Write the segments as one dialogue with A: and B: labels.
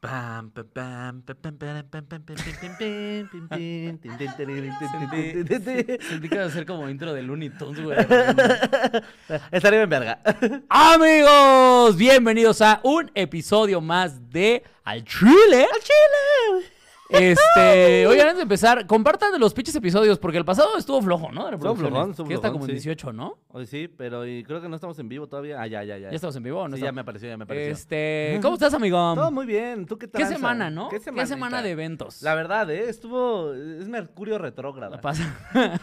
A: Pam, pam, pam, pam, pam, pam, pam, pam, pam, pam, pam, pam, pam, tin, tin, tin, tin, tin, tin, tin, tin, tin.
B: Sentí que iba a ser como intro de Looney Tunes, güey.
A: Estaría bien verga.
B: Amigos, bienvenidos a un episodio más de Al Chile. Al Chile. Este, oye, antes de empezar, compartan los pinches episodios porque el pasado estuvo flojo, ¿no? De
A: Estuvo flojón,
B: reproducciones,
A: estuvo
B: Que está
A: flojón,
B: como en
A: sí.
B: 18, ¿no?
A: Hoy sí, pero y creo que no estamos en vivo todavía. Ah, ya, ya, ya.
B: Ya estamos en vivo, ¿o ¿no?
A: Sí, ya
B: estamos?
A: me apareció, ya me apareció.
B: Este, ¿cómo estás, amigo?
A: Todo muy bien. ¿Tú qué tal?
B: ¿Qué semana, no? ¿Qué, semana de eventos?
A: La verdad, ¿eh? Estuvo... Es Mercurio retrógrada.
B: La pasa.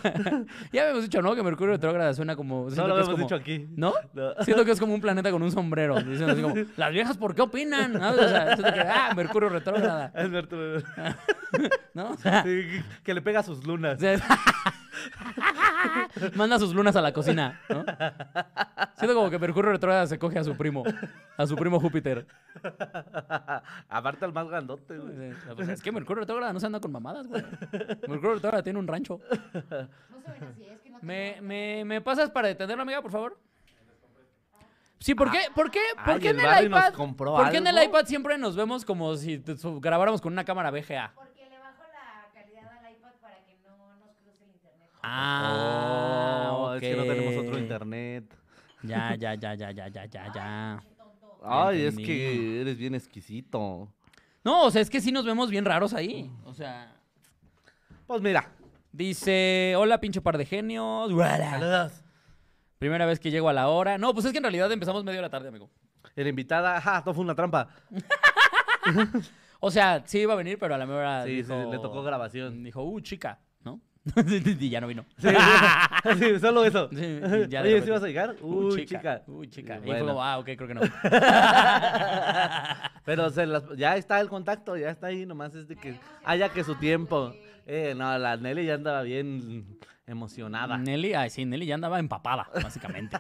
B: ya habíamos dicho, ¿no? Que Mercurio retrógrada suena como. siento
A: No
B: que
A: lo
B: es
A: habíamos
B: como-
A: dicho aquí.
B: ¿No?
A: No.
B: Siento que es como un planeta con un sombrero. Diciendo así como, las viejas, ¿por qué opinan? ¿No? O sea, siento que, ah, Mercurio retrógrada.
A: Es Mercurio...
B: ¿No? O sea,
A: Sí, que le pega a sus lunas.
B: o sea, manda sus lunas a la cocina, ¿no? Siento como que Mercurio retrógrada se coge a su primo, a su primo Júpiter.
A: Aparte al más grandote, güey.
B: O sea, Es que Mercurio retrógrada no se anda con mamadas, güey. Mercurio retrógrada tiene un rancho.
C: No se ven así, es que no
B: ¿Me,
C: tengo-
B: me, me pasas para detenerlo, amiga, por favor? Sí, ¿por qué? ¿Por qué?
A: Ah, Ay,
B: ¿Por qué
A: el
B: en el
A: Barry nos
B: iPad?
A: compró
B: ¿Por qué en el
A: algo?
B: iPad siempre nos vemos como si te- su- grabáramos con una cámara VGA?
C: Porque le bajo la calidad al iPad para que no nos cruce el internet.
B: Ah,
A: Oh, Es que no tenemos otro
B: ok.
A: internet.
B: Ya, ya, ya, ya, ya, ya, ya, ya.
C: Qué tonto.
A: Ay, es
B: entendí.
A: que eres bien exquisito.
B: No, o sea, es que sí nos vemos bien raros ahí. O sea,
A: Pues mira.
B: dice, hola pinche par de genios. Guara.
A: Saludos.
B: Primera vez que llego a la hora. No, pues es que en realidad empezamos medio de la tarde, amigo.
A: El invitada, ajá, todo fue una trampa.
B: O sea, sí iba a venir, pero a la mera hora
A: Sí, sí,
B: dijo-
A: le tocó grabación.
B: Dijo, uh, chica, ¿no? y ya no vino.
A: Sí, sí, solo eso.
B: Sí, y ya de
A: Oye,
B: repente,
A: ¿sí vas a llegar? Uy, Uh, chica.
B: Uy, Uh, chica.
A: Y
B: Y fue
A: bueno.
B: como, ah, ok, creo que no.
A: Pero se las- ya está el contacto, ya está ahí, nomás es de que haya que su tiempo. Eh, no, la Nelly ya andaba bien emocionada.
B: Nelly, ay, sí, Nelly ya andaba empapada, básicamente.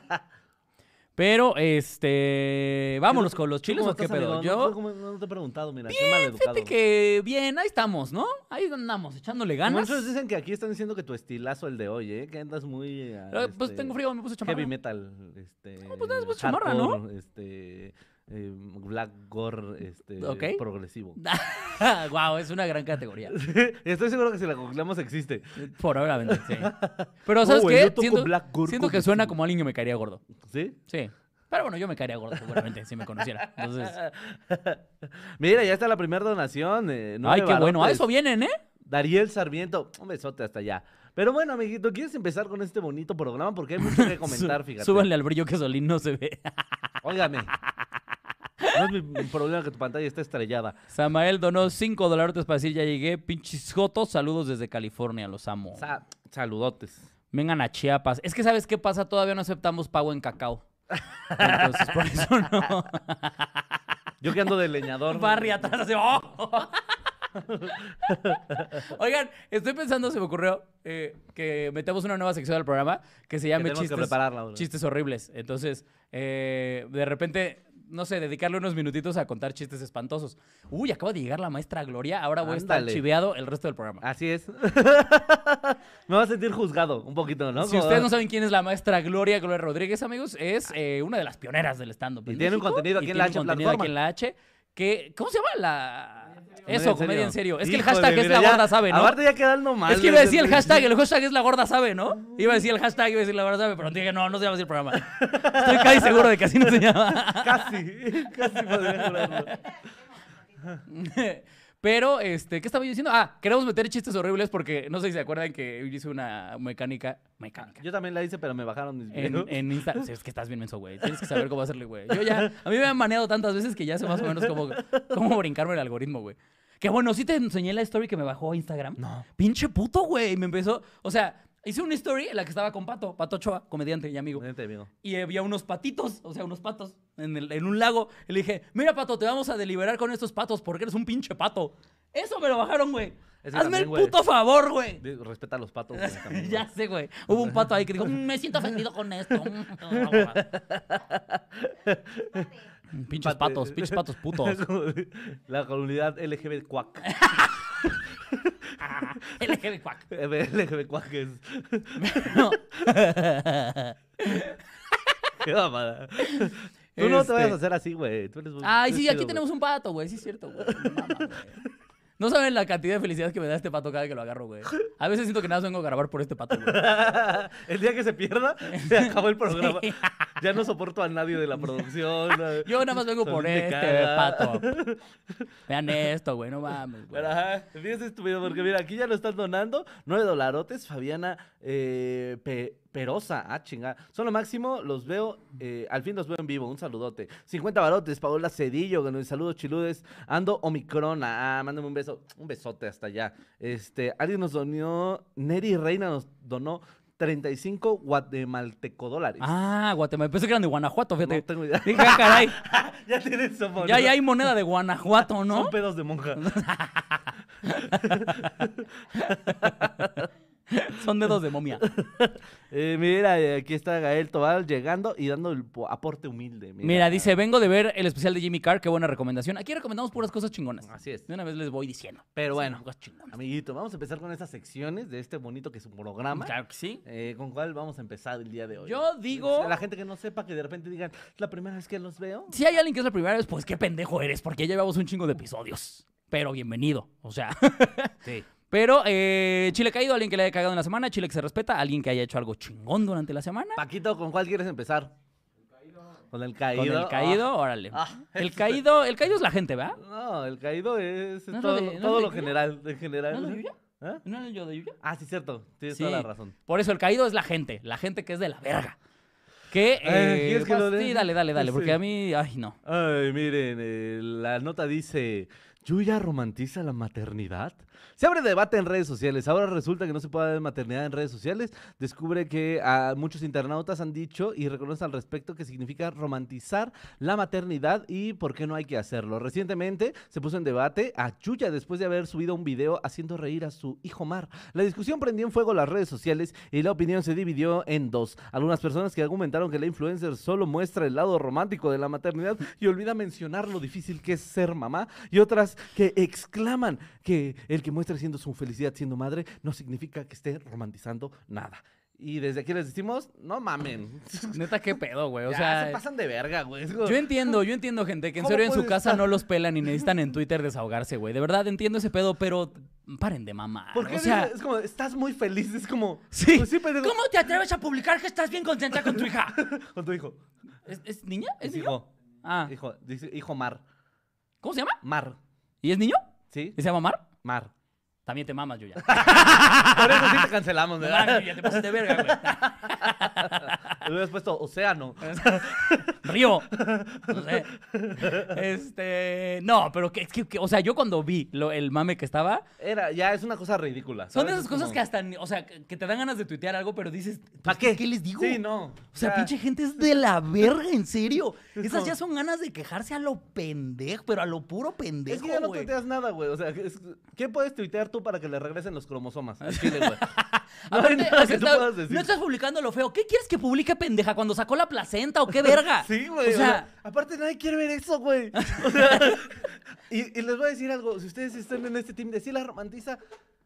B: Pero, este, vámonos con los
A: ¿Tú
B: chiles
A: cómo
B: o qué
A: estás,
B: pedo.
A: amigo? No,
B: Yo,
A: te- ¿cómo- no te he preguntado, mira, qué mal educado.
B: fíjate que bien, ahí estamos, ¿no? Ahí andamos, echándole ganas.
A: Muchos dicen que aquí están diciendo que tu estilazo el de hoy, ¿eh? Que andas muy... eh, a-
B: Eh, Pues
A: este,
B: tengo frío, me puse chamarra.
A: Heavy metal, este...
B: pues nada, pues chamarra, ¿no?
A: hardcore, Este... eh, black gore, este...
B: Ok.
A: Progresivo.
B: wow, es una gran categoría.
A: Estoy seguro que si la googleamos existe.
B: Por ahora, sí. Pero, ¿sabes
A: No, Oh, güey,
B: qué?
A: yo toco
B: Siento,
A: black gore
B: siento que
A: progresivo.
B: suena como alguien que me caería gordo.
A: ¿Sí?
B: Sí. Pero bueno, yo me caería gordo seguramente si me conociera. Entonces,
A: Mira, ya está la primera donación. eh,
B: ay,
A: nueve
B: qué bueno. A
A: varotes.
B: eso vienen, ¿eh?
A: Dariel Sarmiento, un besote hasta allá. Pero bueno, amiguito, ¿quieres empezar con este bonito programa? Porque hay mucho que comentar,
B: Sú-
A: fíjate.
B: Súbanle al brillo que Solín no se ve.
A: Óigame. No es mi mi problema que tu pantalla está estrellada.
B: Samael donó 5 dólares para decir ya llegué. Pinches jotos, saludos desde California, los amo.
A: Sa- saludotes.
B: Vengan a Chiapas. Es que, ¿sabes qué pasa? Todavía no aceptamos pago en cacao. Entonces, por eso no.
A: Yo que ando de leñador.
B: Barry atrás así, ¡oh! Oigan, estoy pensando, se me ocurrió eh, que metemos una nueva sección del programa que se llame
A: tenemos que
B: chistes,
A: prepararla, bro.
B: chistes horribles. Entonces, eh, de repente, no sé, dedicarle unos minutitos a contar chistes espantosos. Uy, acaba de llegar la maestra Gloria, ahora voy a
A: Ándale. Ah,
B: estar chiveado el resto del programa.
A: Así es. Me va a sentir juzgado un poquito, ¿no?
B: Si
A: Como-
B: ustedes no saben quién es la maestra Gloria Gloria Rodríguez, amigos, es eh, una de las pioneras del stand-up.
A: Y
B: en
A: tiene un
B: México,
A: contenido aquí
B: y
A: en la
B: tiene un
A: H
B: contenido
A: plataforma.
B: aquí en la H que, ¿cómo se llama? La...
A: Comedia
B: Eso,
A: en
B: comedia en serio. Es que el
A: Híjole,
B: hashtag es
A: mira,
B: la
A: ya-
B: gorda sabe, ¿no?
A: Aparte ya quedando mal.
B: Es que iba a decir el
A: desde-
B: hashtag, el hashtag es la gorda sabe, ¿no? Iba a decir el hashtag, iba a decir la gorda sabe, pero dije, no, no se llama así el programa. Estoy casi seguro de que así no se llama.
A: Casi, casi podría jurarlo.
B: Pero, este, ¿qué estaba yo diciendo? Ah, queremos meter chistes horribles porque no sé si se acuerdan que hice una mecánica. Mecánica.
A: Ah, Yo también la hice, pero me bajaron mis
B: En,
A: videos.
B: en Insta. Sí, Es que estás bien menso, güey. Tienes que saber cómo hacerle, güey. Yo ya. A mí me han maneado tantas veces que ya sé más o menos cómo, cómo brincarme el algoritmo, güey. Que bueno, sí te enseñé la story que me bajó a Instagram.
A: No.
B: Pinche puto, güey. Me empezó. O sea, hice una story en la que estaba con Pato, Pato Ochoa, comediante y amigo.
A: Vente, amigo.
B: Y había unos patitos, o sea, unos patos en, el- en un lago. Y le dije, mira, Pato, te vamos a deliberar con estos patos porque eres un pinche pato. Eso me lo bajaron, güey.
A: Es que
B: Hazme
A: también,
B: el
A: güey.
B: puto favor, güey.
A: Di- Respeta a los patos. güey, también,
B: ya sé, güey. Hubo un pato ahí que dijo, "Mm, me siento ofendido con esto. Mm, pinches
A: Pate.
B: patos, pinches patos putos.
A: güey. La comunidad LGBT cuac.
B: LGB cuac.
A: LGBT cuac es.
B: No.
A: Qué mamada. Tú no te vayas a
B: Este,
A: hacer así, güey. Tú eres muy-
B: Ay,
A: tú eres
B: sí,
A: chido,
B: aquí
A: güey.
B: tenemos un pato, güey. Sí, es cierto, güey. No mames, güey. No saben la cantidad de felicidad que me da este pato cada que lo agarro, güey. A veces siento que nada más vengo a grabar por este pato, güey.
A: el día que se pierda, se acabó el programa. Ya no soporto a nadie de la producción. ¿no?
B: Yo nada más vengo
A: Solín
B: por
A: me
B: este
A: caga.
B: pato. Vean esto, güey. No mames, güey.
A: Pero, ajá, fíjense estúpido, porque mira, aquí ya lo están donando. 9 dolarotes, Fabiana eh, Pe- Perosa. Ah, chinga. Son lo máximo, los veo, eh, al fin los veo en vivo. Un saludote. 50 barotes, Paola Cedillo, con el saludo chiludes. Ando Omicrona. Ah, mándame un beso. Un besote hasta allá. Este, alguien nos donó, Neri Reina nos donó 35 guatemalteco dólares.
B: Ah, Guatemala. Pensé que eran de Guanajuato,
A: no
B: fíjate.
A: tengo idea.
B: Dije, ah, caray.
A: ya tienes su moneda.
B: Ya, ya hay moneda de Guanajuato, ¿no?
A: Son pedos de monja.
B: Son dedos de momia.
A: Eh, mira, eh, aquí está Gael Tobal llegando y dando el po- aporte humilde.
B: Mira, dice, vengo de ver el especial de Jimmy Carr. Qué buena recomendación. Aquí recomendamos puras cosas chingonas.
A: Así es.
B: De una vez les voy diciendo.
A: Ah.
B: Sí,
A: Pero bueno.
B: cosas chingonas.
A: Amiguito, vamos a empezar con estas secciones de este bonito que es un programa.
B: Claro que sí.
A: Eh, ¿Con cuál vamos a empezar el día de hoy?
B: Yo digo-
A: A la gente que no sepa, que de repente digan, es la primera vez que los veo.
B: Si hay alguien que es la primera vez, pues qué pendejo eres, porque ya llevamos un chingo de episodios. Pero bienvenido, o sea.
A: Sí.
B: Pero eh, chile caído, alguien que le haya cagado en la semana, chile que se respeta, alguien que haya hecho algo chingón durante la semana.
A: Paquito, ¿con cuál quieres empezar? Con el caído.
B: Con el
A: Ah.
B: caído, órale.
A: Ah,
B: el
A: este-
B: caído, el caído es la gente, ¿verdad?
A: No, el caído es
B: ¿No es lo
A: todo,
B: de- no es
A: todo
B: de
A: lo
B: Yuya?
A: general. En general.
B: ¿No es de Yuya?
A: ¿Ah?
B: ¿No era yo de Yuya?
A: Ah, sí, cierto. Tienes
B: Sí.
A: toda la razón.
B: Por eso el caído es la gente, la gente que es de la verga. Que,
A: Eh,
B: eh,
A: ¿quieres que lo
B: pues,
A: dé?
B: sí, dale, dale, dale, porque
A: Sí.
B: a mí, ay, no.
A: Ay, miren, eh, la nota dice, ¿Yuya romantiza la maternidad? Se abre debate en redes sociales. Ahora resulta que no se puede dar maternidad en redes sociales. Descubre que ah, muchos internautas han dicho y reconocen al respecto que significa romantizar la maternidad y por qué no hay que hacerlo. Recientemente se puso en debate a Yuya después de haber subido un video haciendo reír a su hijo Mar. La discusión prendió en fuego las redes sociales y la opinión se dividió en dos. Algunas personas que argumentaron que la influencer solo muestra el lado romántico de la maternidad y olvida mencionar lo difícil que es ser mamá y otras que exclaman que el que muestra siendo su felicidad siendo madre no significa que esté romantizando nada. Y desde aquí les decimos, no mamen. eh,
B: Neta, qué pedo, güey. O
A: Ya,
B: sea,
A: se pasan de verga, güey.
B: Yo entiendo, yo entiendo, gente, que en
A: ¿Cómo
B: serio en su
A: puedes
B: casa
A: estar?
B: no los pelan y necesitan en Twitter desahogarse, güey. De verdad, entiendo ese pedo, pero paren de mamar.
A: Porque
B: o sea,
A: es como, estás muy feliz, es como...
B: sí.
A: pues pendejo,
B: ¿Cómo te atreves a publicar que estás bien contenta con tu hija?
A: Con tu hijo.
B: ¿Es, es niña? ¿Es niño?
A: hijo.
B: Ah,
A: Hijo, dice, hijo Mar.
B: ¿cómo se llama?
A: Mar.
B: ¿Y es niño?
A: ¿Sí?
B: ¿Y se llama Mar?
A: Mar.
B: También te mamas, Yuya.
A: Por eso sí te cancelamos,
B: No
A: ¿verdad?
B: mames, Yuya, te pasas de verga, güey.
A: Le hubieras puesto océano.
B: Río. No sé. Este. No, pero que, es que, que- o sea, yo cuando vi lo- el mame que estaba,
A: Era, ya es una cosa ridícula.
B: son de
A: ¿sabes?
B: esas
A: Es
B: cosas
A: como-
B: que hasta, ni- o sea, que que te dan ganas de tuitear algo, pero dices, "Pues,
A: ¿Para
B: ¿qué?
A: qué?
B: ¿Qué les digo?
A: Sí, no.
B: O sea, pinche gente es de la verga, en serio.
A: Es
B: Esas
A: como-
B: ya son ganas de quejarse a lo pendejo, pero a lo puro
A: Es
B: pendejo,
A: que ya no
B: güey.
A: tuiteas nada, güey. O sea, es- ¿qué puedes tuitear tú para que le regresen los cromosomas? Al chile, güey. No
B: Aparte,
A: hay nada
B: o sea,
A: que tú
B: está-
A: puedas decir.
B: No estás publicando lo feo. ¿Qué quieres que publique, pendeja, cuando sacó la placenta o qué verga?
A: Sí, güey.
B: O sea,
A: aparte nadie quiere ver eso, güey. O sea, y, y les voy a decir algo. Si ustedes están en este team de si la romantiza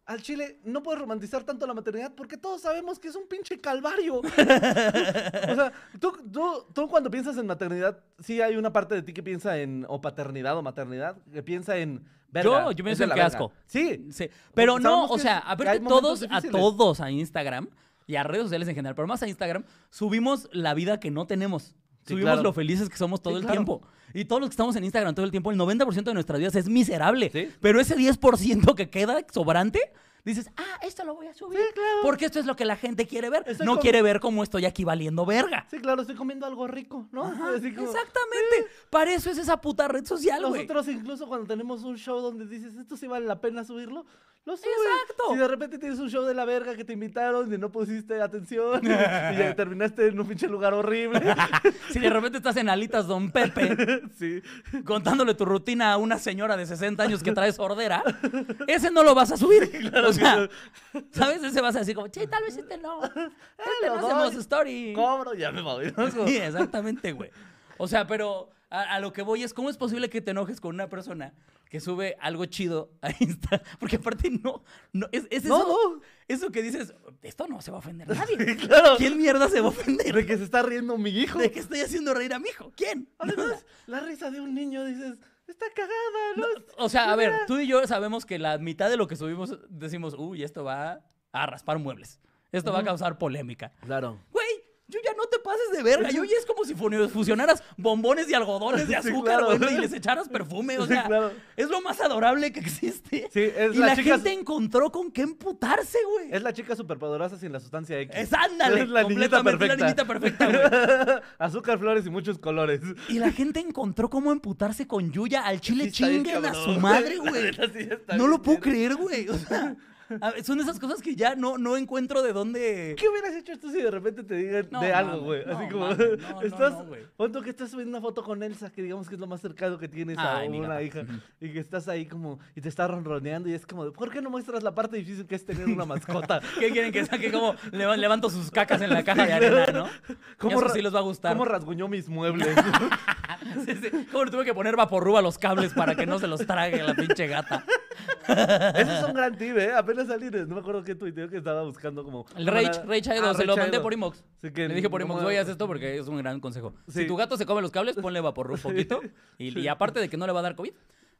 A: al Chile, no puedes romantizar tanto la maternidad porque todos sabemos que es un pinche calvario. o sea, tú, tú, tú cuando piensas en maternidad, sí hay una parte de ti que piensa en o paternidad o maternidad, que piensa en... verga,
B: Yo- yo
A: es
B: pienso
A: de
B: en
A: la
B: qué
A: verga.
B: asco.
A: Sí.
B: sí. Pero no,
A: Sabemos
B: o
A: que-
B: sea,
A: que
B: a
A: hay
B: ver,
A: momentos
B: todos, a
A: difíciles.
B: todos a Instagram y a redes sociales en general, pero más a Instagram, subimos la vida que no tenemos.
A: Sí,
B: subimos
A: claro.
B: lo felices que somos todo
A: Sí,
B: el
A: claro.
B: tiempo. Y todos los que estamos en Instagram todo el tiempo, el 90% de nuestras vidas es miserable.
A: Sí.
B: Pero ese 10% que queda sobrante, dices, ah, esto lo voy a subir. Porque esto es lo que la gente quiere ver.
A: Estoy
B: no
A: con-
B: quiere ver cómo estoy aquí valiendo verga.
A: Sí, claro, estoy comiendo algo rico, ¿no?
B: Ajá,
A: Así como-
B: Exactamente. Para eso es esa puta red social, güey.
A: Nosotros incluso cuando tenemos un show donde dices, esto sí vale la pena subirlo, lo subes.
B: Exacto.
A: Si de repente tienes un show de la verga que te invitaron y no pusiste atención y ya terminaste en un pinche lugar horrible.
B: Si de repente estás en Alitas Don Pepe
A: sí.
B: contándole tu rutina a una señora de 60 años que trae sordera, ese no lo vas a subir. o sea, ¿sabes? Ese vas a decir como, che, tal vez este no. Este
A: Eh, lo
B: no hacemos
A: doy.
B: story.
A: Cobro, ya me voy. ¿no? Como-
B: Sí, exactamente, güey. O sea, pero a, a lo que voy es, ¿cómo es posible que te enojes con una persona que sube algo chido a Insta? Porque aparte no, no, es, es
A: No,
B: eso,
A: no.
B: eso que dices, esto no se va a ofender nadie.
A: claro.
B: ¿Quién mierda se va a ofender?
A: De que se está riendo mi hijo.
B: ¿De que estoy haciendo reír a mi hijo? ¿Quién?
A: Además, la risa de un niño, dices, está cagada, ¿no?
B: O sea, a ver,
A: Mira.
B: tú y yo sabemos que la mitad de lo que subimos decimos, uy, esto va a raspar muebles. Esto va a causar polémica.
A: Claro.
B: Güey, yo ya no te pases de verga. Yo ya es como si funi- fusionaras bombones de algodones de
A: Sí,
B: azúcar, güey,
A: claro.
B: y les echaras perfume. O
A: Sí,
B: sea,
A: claro.
B: es lo más adorable que existe.
A: Sí, es
B: y
A: la
B: la,
A: chica-
B: gente encontró con qué emputarse, güey.
A: Es la chica superpoderosa sin la sustancia X.
B: Es- ándale,
A: Es la niñita
B: completamente,
A: perfecta.
B: la niñita perfecta, güey.
A: Azúcar, flores y muchos colores.
B: Y la gente encontró cómo emputarse con Yuya al
A: Sí,
B: chile
A: está bien
B: chinguen a su
A: cabrón,
B: madre,
A: La
B: güey.
A: neta, sí está
B: No
A: bien
B: lo puedo
A: bien.
B: creer, güey. O sea, a ver, son esas cosas que ya no, no encuentro de dónde.
A: ¿Qué hubieras hecho tú si de repente te digan
B: No,
A: de algo,
B: mames,
A: güey?
B: no,
A: Así como,
B: mames, no, no,
A: estás,
B: no, güey.
A: ponte que estás subiendo una foto con Elsa, que digamos que es lo más cercano que tienes
B: Ay,
A: a
B: mi
A: una
B: gata.
A: hija, y que estás ahí como, y te está ronroneando, y es como, de, ¿por qué no muestras la parte difícil que es tener una mascota?
B: ¿Qué quieren que saque? Como leva- levanto sus cacas en la caja de arena, ¿no? ¿Cómo eso
A: ra-
B: sí les va a gustar.
A: ¿Cómo rasguñó mis muebles?
B: Sí, sí. ¿Cómo le tuve que poner vaporruba a los cables para que no se los trague la pinche gata?
A: Ese es un gran tip, ¿eh? Apenas salí, de- no me acuerdo qué tuiteo que estaba buscando como...
B: El
A: como
B: Rage,
A: la-
B: Rage
A: Ah,
B: Aido, se lo
A: Rage
B: mandé
A: Aido.
B: por inbox.
A: Sí, que
B: Le dije por
A: no
B: inbox,
A: me-
B: voy haz esto porque es un gran consejo.
A: Sí.
B: Si tu gato se come los cables, ponle vaporru un poquito. Y, y aparte de que no le va a dar COVID,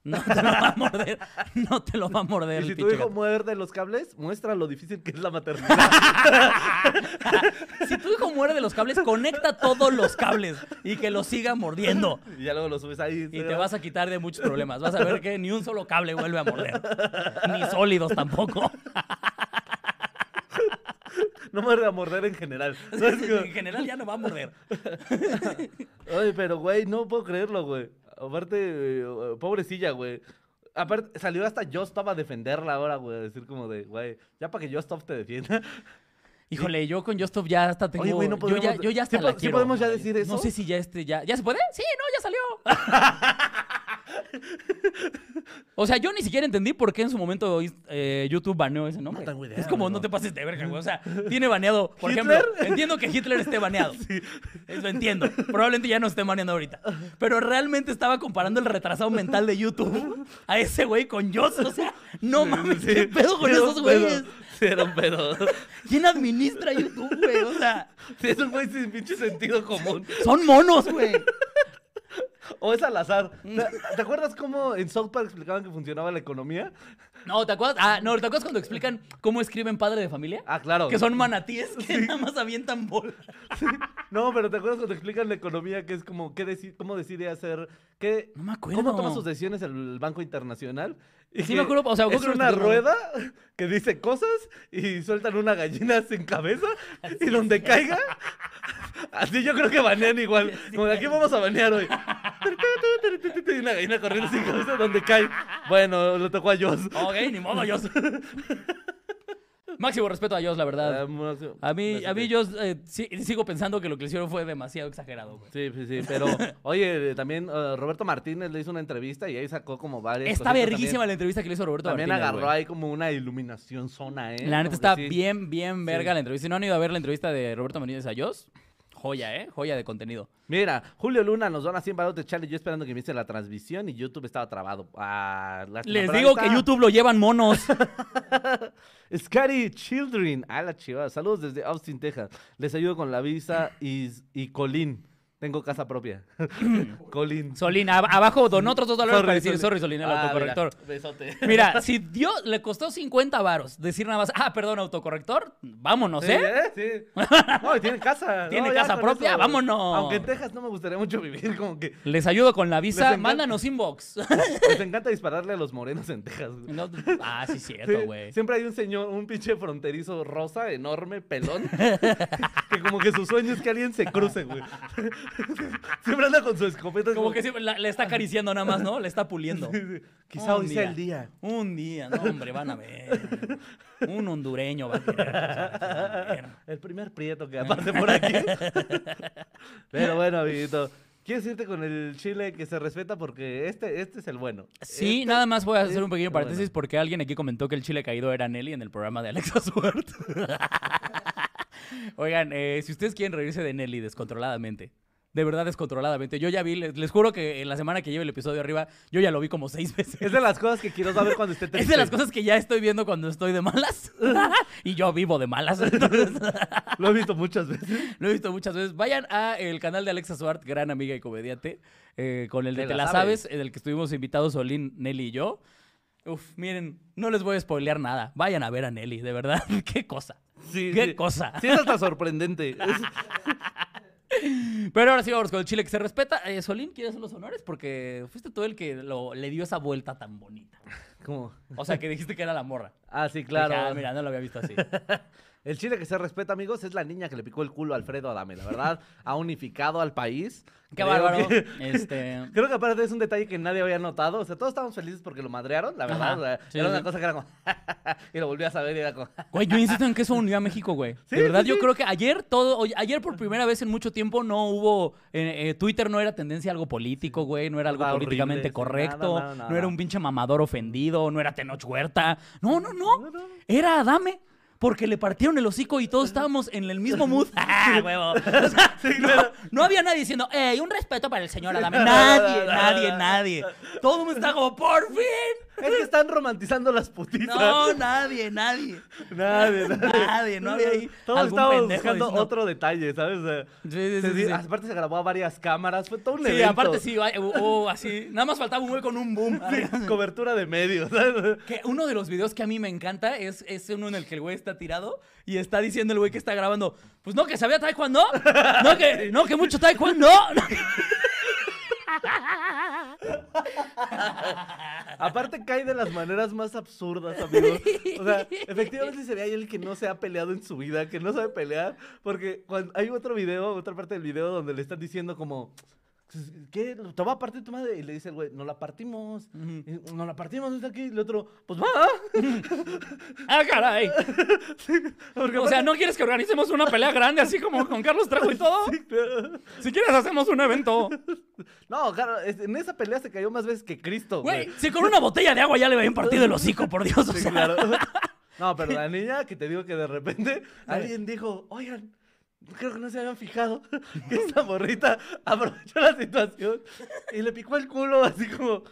B: no te lo va a morder. No te lo va a morder
A: Y si
B: el
A: tu
B: pinche
A: hijo
B: gato.
A: muerde los cables, muestra lo difícil que es la maternidad.
B: Si tu hijo muere de los cables, conecta todos los cables y que los siga mordiendo.
A: y ya luego lo subes ahí.
B: Y te vas a quitar de muchos problemas. Vas a ver que ni un solo cable vuelve a morder. Ni sólidos tampoco.
A: No muerde a morder en general. No es como-
B: En general ya no va a morder.
A: Oye, pero güey, no puedo creerlo, güey. Aparte, eh, pobrecilla, güey. Aparte, salió hasta Justop a defenderla ahora, güey. A decir como de, güey, ya para que Justop te defienda.
B: Híjole, yo con Justop ya hasta tengo...
A: Oye, güey, no
B: yo, ya,
A: podríamos-
B: yo ya hasta
A: ¿Sí
B: la
A: po- sí
B: quiero.
A: podemos ya decir eso?
B: No sé si ya este ya... ¿Ya se puede? Sí, no, ya salió. o sea, yo ni siquiera entendí por qué en su momento eh, YouTube baneó ese nombre.
A: No tengo idea,
B: es como,
A: amigo.
B: no te pases de verga, güey. O sea, tiene baneado, por ejemplo...
A: ¿Hitler?
B: Entiendo que Hitler esté baneado. Eso entiendo. Probablemente ya no esté baneando ahorita. Pero realmente estaba comparando el retrasado mental de YouTube a ese güey con Joss. O sea, no mames,
A: Sí,
B: qué pedo con
A: era un
B: esos
A: pedo.
B: güeyes.
A: Sí, era un pedo.
B: ¿Quién administra YouTube, güey? O sea,
A: Sí, es un güey sin pinche sentido común.
B: son monos, güey.
A: O es al azar.
B: Mm.
A: ¿Te, te acuerdas cómo en South Park explicaban que funcionaba la economía?
B: No, ¿te acuerdas? Ah, no, ¿te acuerdas cuando explican cómo escriben padre de familia?
A: Ah, claro.
B: Que son manatíes que nada más avientan bola.
A: No, pero ¿te acuerdas cuando te explican la economía? Que es como, qué deci- ¿cómo decide hacer? Qué,
B: No me
A: ¿Cómo
B: acuerdo.
A: toma sus decisiones el Banco Internacional? Y
B: Sí me acuerdo, o sea, me
A: es
B: acuerdo que lo
A: una
B: explicaron.
A: rueda que dice cosas y sueltan una gallina sin cabeza y donde caiga. Así yo creo que banean igual. Como de aquí vamos a banear hoy. Y una gallina corriendo sin cabeza donde cae. Bueno, lo tocó a Joss.
B: Ok, ni modo, Joss. Máximo respeto Oh, a Joss, la verdad.
A: Ah,
B: A mí, a mí yo eh, sí- sigo pensando que lo que le hicieron fue demasiado exagerado, güey.
A: Sí, sí, sí, pero oye, también eh, Roberto Martínez le hizo una entrevista y ahí sacó como varias.
B: Está
A: cositas
B: verguísima
A: pues también.
B: la entrevista que le hizo Roberto
A: También
B: Martínez,
A: agarró
B: güey.
A: ahí como una iluminación zona, ¿eh?
B: La
A: Como que
B: neta está
A: sí.
B: bien, bien verga la entrevista. Si no han ido a ver la entrevista de Roberto Martínez a Joss, joya, ¿eh? Joya de contenido.
A: Mira, Julio Luna nos dona 100 baros de chale. Yo esperando que me hice la transmisión y YouTube estaba trabado. Ah, lástima,
B: Les
A: pero ahí
B: digo que
A: está.
B: YouTube lo llevan monos.
A: Scary Children. A la chiva. Saludos desde Austin, Texas. Les ayudo con la visa y, y Colín. Tengo casa propia. Colín.
B: Solín, ab- abajo donó otros dos dólares para decir sorry, Solín, el
A: Ah,
B: autocorrector.
A: mira, besote.
B: Mira, si Dios le costó 50 varos decir nada más, ah, perdón, autocorrector, vámonos,
A: Sí,
B: ¿eh?
A: ¿eh? Sí. No, y tiene casa.
B: Tiene
A: No, ya
B: casa
A: con
B: propia, vámonos.
A: Aunque en Texas no me gustaría mucho vivir, como que
B: Les ayudo con la
A: Les
B: visa,
A: encanta.
B: mándanos inbox.
A: les encanta dispararle a los morenos en Texas. güey.
B: No, ah, sí,
A: Sí,
B: cierto, güey.
A: Siempre hay un señor, un pinche fronterizo rosa, enorme, pelón, que como que su sueño es que alguien se cruce, güey. siempre anda con su escopeta. es
B: Como que siempre la- le está acariciando nada más, ¿no? Oh, Le está puliendo.
A: Sí, sí. Quizá
B: Un
A: hoy sea el día.
B: Un día, no, hombre, van a ver. Un hondureño va a querer. o sea, van a ver.
A: El primer prieto que aparte por aquí. Pero bueno, amiguito. Quieres irte con el chile que se respeta porque este, este es el bueno.
B: Sí,
A: Este-
B: nada más voy a hacer un
A: eh,
B: pequeño paréntesis
A: bueno.
B: porque alguien aquí comentó que el chile caído era Nelly en el programa de Alexa Suert. Oigan, eh, si ustedes quieren reírse de Nelly descontroladamente, de verdad descontroladamente. Yo ya vi, les, les juro que en la semana que lleve el episodio arriba, yo ya lo vi como seis veces.
A: Eh, Es de las cosas que quiero saber cuando esté triste.
B: Es de las cosas que ya estoy viendo cuando estoy de malas. y yo vivo de malas. entonces,
A: Lo he visto muchas veces.
B: lo he visto muchas veces. Vayan a el canal de Alexa Suart, gran amiga y comediante, eh, con el de
A: Te
B: Te,
A: la
B: la
A: sabes.
B: sabes, en el que estuvimos invitados Solín, Nelly y yo. Uf, miren, no les voy a spoilear nada. Vayan a ver a Nelly, de verdad. Qué cosa.
A: Sí,
B: Qué
A: sí.
B: cosa.
A: Sí, es hasta sorprendente. Es-
B: Pero ahora sí vamos con el chile que se respeta. Eh, Solín, ¿quieres hacer los honores? Porque fuiste tú el que lo- le dio esa vuelta tan bonita.
A: como-
B: O sea, que dijiste que era la morra.
A: Ah, sí,
B: Dije,
A: claro.
B: "Ah, mira, no lo había visto así.
A: El chile que se respeta, amigos, es la niña que le picó el culo a Alfredo Adame. La verdad, ha unificado al país.
B: Qué
A: Creo
B: bárbaro.
A: que-
B: Este.
A: Creo que aparte es un detalle que nadie había notado. O sea, todos estábamos felices porque lo madrearon, la verdad.
B: Ajá.
A: o sea,
B: Sí,
A: era
B: sí,
A: una
B: sí.
A: cosa que era como... y lo volví a saber y era como...
B: Güey, yo insisto en que eso unió a México, güey.
A: Sí,
B: de verdad,
A: sí,
B: yo
A: sí.
B: creo que ayer todo, oye, ayer por primera vez en mucho tiempo no hubo, eh, eh, Twitter no era tendencia a algo político, güey, no era algo
A: Nada horrible,
B: políticamente
A: sí,
B: correcto,
A: nada, nada,
B: no era
A: nada.
B: un pinche mamador ofendido, no era Tenoch Huerta, no, no,
A: No,
B: no,
A: no.
B: era Adame. Porque le partieron el hocico y todos estábamos en el mismo mood. ¡Ah, huevo! O sea, no, no había nadie diciendo, ¡ey, un respeto para el señor Adame! Nadie, nadie, nadie. Todo el mundo está como, ¡por fin!
A: Es que están romantizando las putitas.
B: No, nadie, nadie.
A: Nadie, nadie.
B: Nadie, no había ahí
A: Todos
B: algún
A: estábamos
B: pendejo
A: buscando
B: diciendo-
A: otro detalle, ¿sabes? O sea,
B: Sí, sí,
A: se
B: sí,
A: di-
B: sí.
A: Aparte se grabó a varias cámaras, fue todo un
B: Sí,
A: evento.
B: aparte sí, ay, oh, oh, así. Nada más faltaba un güey con un boom.
A: Cobertura de medios, ¿sabes?
B: Que uno de los videos que a mí me encanta es, es uno en el que el güey está tirado y está diciendo el güey que está grabando, pues no, que sabía taekwondo, no que, no, que mucho taekwondo.
A: Aparte cae de las maneras más absurdas, amigos. O sea, efectivamente sería él que no se ha peleado en su vida, que no sabe pelear, porque cuando- hay otro video, otra parte del video donde le están diciendo como "Pues, ¿Qué? ¿Te va a partir tu madre? Y le dice el güey, no la partimos.
B: Ujú.
A: No la partimos, está aquí. Y el otro, pues va.
B: Ah, caray.
A: Porque
B: O sea,
A: aparte-
B: ¿no quieres que organicemos una pelea grande así como con Carlos Trejo y todo? Si quieres hacemos un evento.
A: No, claro, es- en esa pelea se cayó más veces que Cristo.
B: Güey, si con una botella de agua ya le habían partido el hocico, por Dios. O
A: Sí,
B: sea.
A: claro. No, pero la niña que te digo que de repente alguien dijo, oigan, creo que no se habían fijado que esta morrita aprovechó la situación y le picó el culo así como,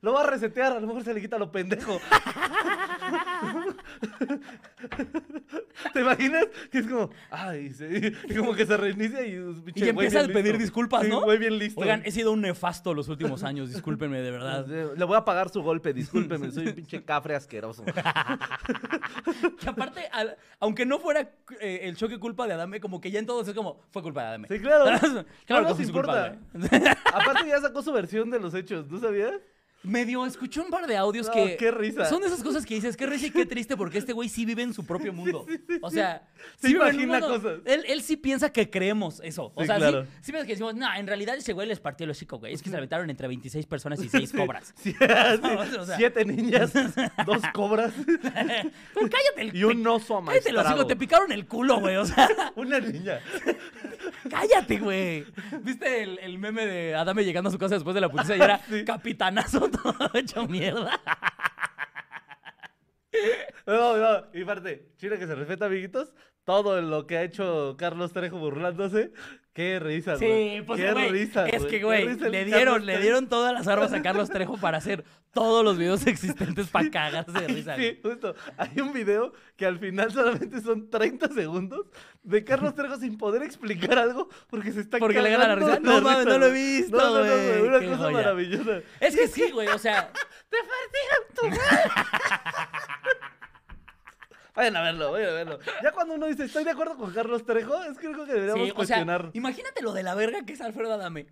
A: lo va a resetear, a lo mejor se le quita lo pendejo. ¿Te imaginas? Que es como, ay, se- y como que se reinicia y... es un pinche
B: Y
A: güey
B: empieza
A: bien
B: a pedir
A: listo.
B: disculpas,
A: Sí,
B: ¿no?
A: güey bien listo.
B: Oigan, he sido un nefasto los últimos años, discúlpenme, de verdad.
A: Le voy a pagar su golpe, discúlpeme, soy un pinche cafre asqueroso.
B: Que aparte, al- aunque no fuera eh, el choque culpa de Adame, como que ya entonces es como, fue culpa de Adame.
A: Sí, claro.
B: claro
A: No
B: que
A: nos
B: fue su
A: importa.
B: culpa. güey.
A: Aparte ya sacó su versión de los hechos, ¿no sabías?
B: Medio escuché un par de audios
A: No,
B: que.
A: qué risa.
B: Son esas cosas que dices, qué risa y qué triste, porque este güey sí vive en su propio mundo. O sea,
A: Se
B: sí vive en un
A: imagina
B: mundo-
A: cosas.
B: Él, él sí piensa que creemos eso. O
A: Sí,
B: sea,
A: claro.
B: sí, sí piensa que decimos, no, en realidad ese güey les partió el hocico, güey. Es que se aventaron entre 26 personas y 6 cobras.
A: Sí, sí,
B: O sea-
A: Siete niñas, dos cobras
B: Pero cállate el
A: y un oso
B: Cállate el hocico,
A: amaestrado.
B: te picaron el culo, güey. O sea,
A: Una niña.
B: cállate, güey. ¿Viste el, el meme de Adame llegando a su casa después de la putiza y era capitanazo todo hecho mierda?
A: No, no, y aparte, chile que se respeta, amiguitos. Todo lo que ha hecho Carlos Trejo burlándose, qué risa,
B: Sí, pues,
A: qué
B: güey.
A: risa,
B: es que,
A: qué
B: güey,
A: risa el
B: le
A: Carlos
B: dieron, le
A: Trejo.
B: dieron todas las armas a Carlos Trejo para hacer todos los videos existentes para cagarse de risa.
A: Sí,
B: güey.
A: justo. Hay un video que al final solamente son 30 segundos de Carlos Trejo sin poder explicar algo porque se está
B: Porque le gana la
A: cagando
B: risa.
A: de
B: No mames, no lo he
A: güey.
B: visto,
A: No, no, no,
B: güey.
A: Una
B: Qué
A: cosa
B: joya.
A: maravillosa.
B: Es que sí, güey, o sea,
A: Vayan a verlo, vayan a verlo. Ya cuando uno dice, estoy de acuerdo con Carlos Trejo, es que creo que
B: sí,
A: deberíamos
B: o sea,
A: cuestionar.
B: imagínate lo de la verga que es Alfredo Adame.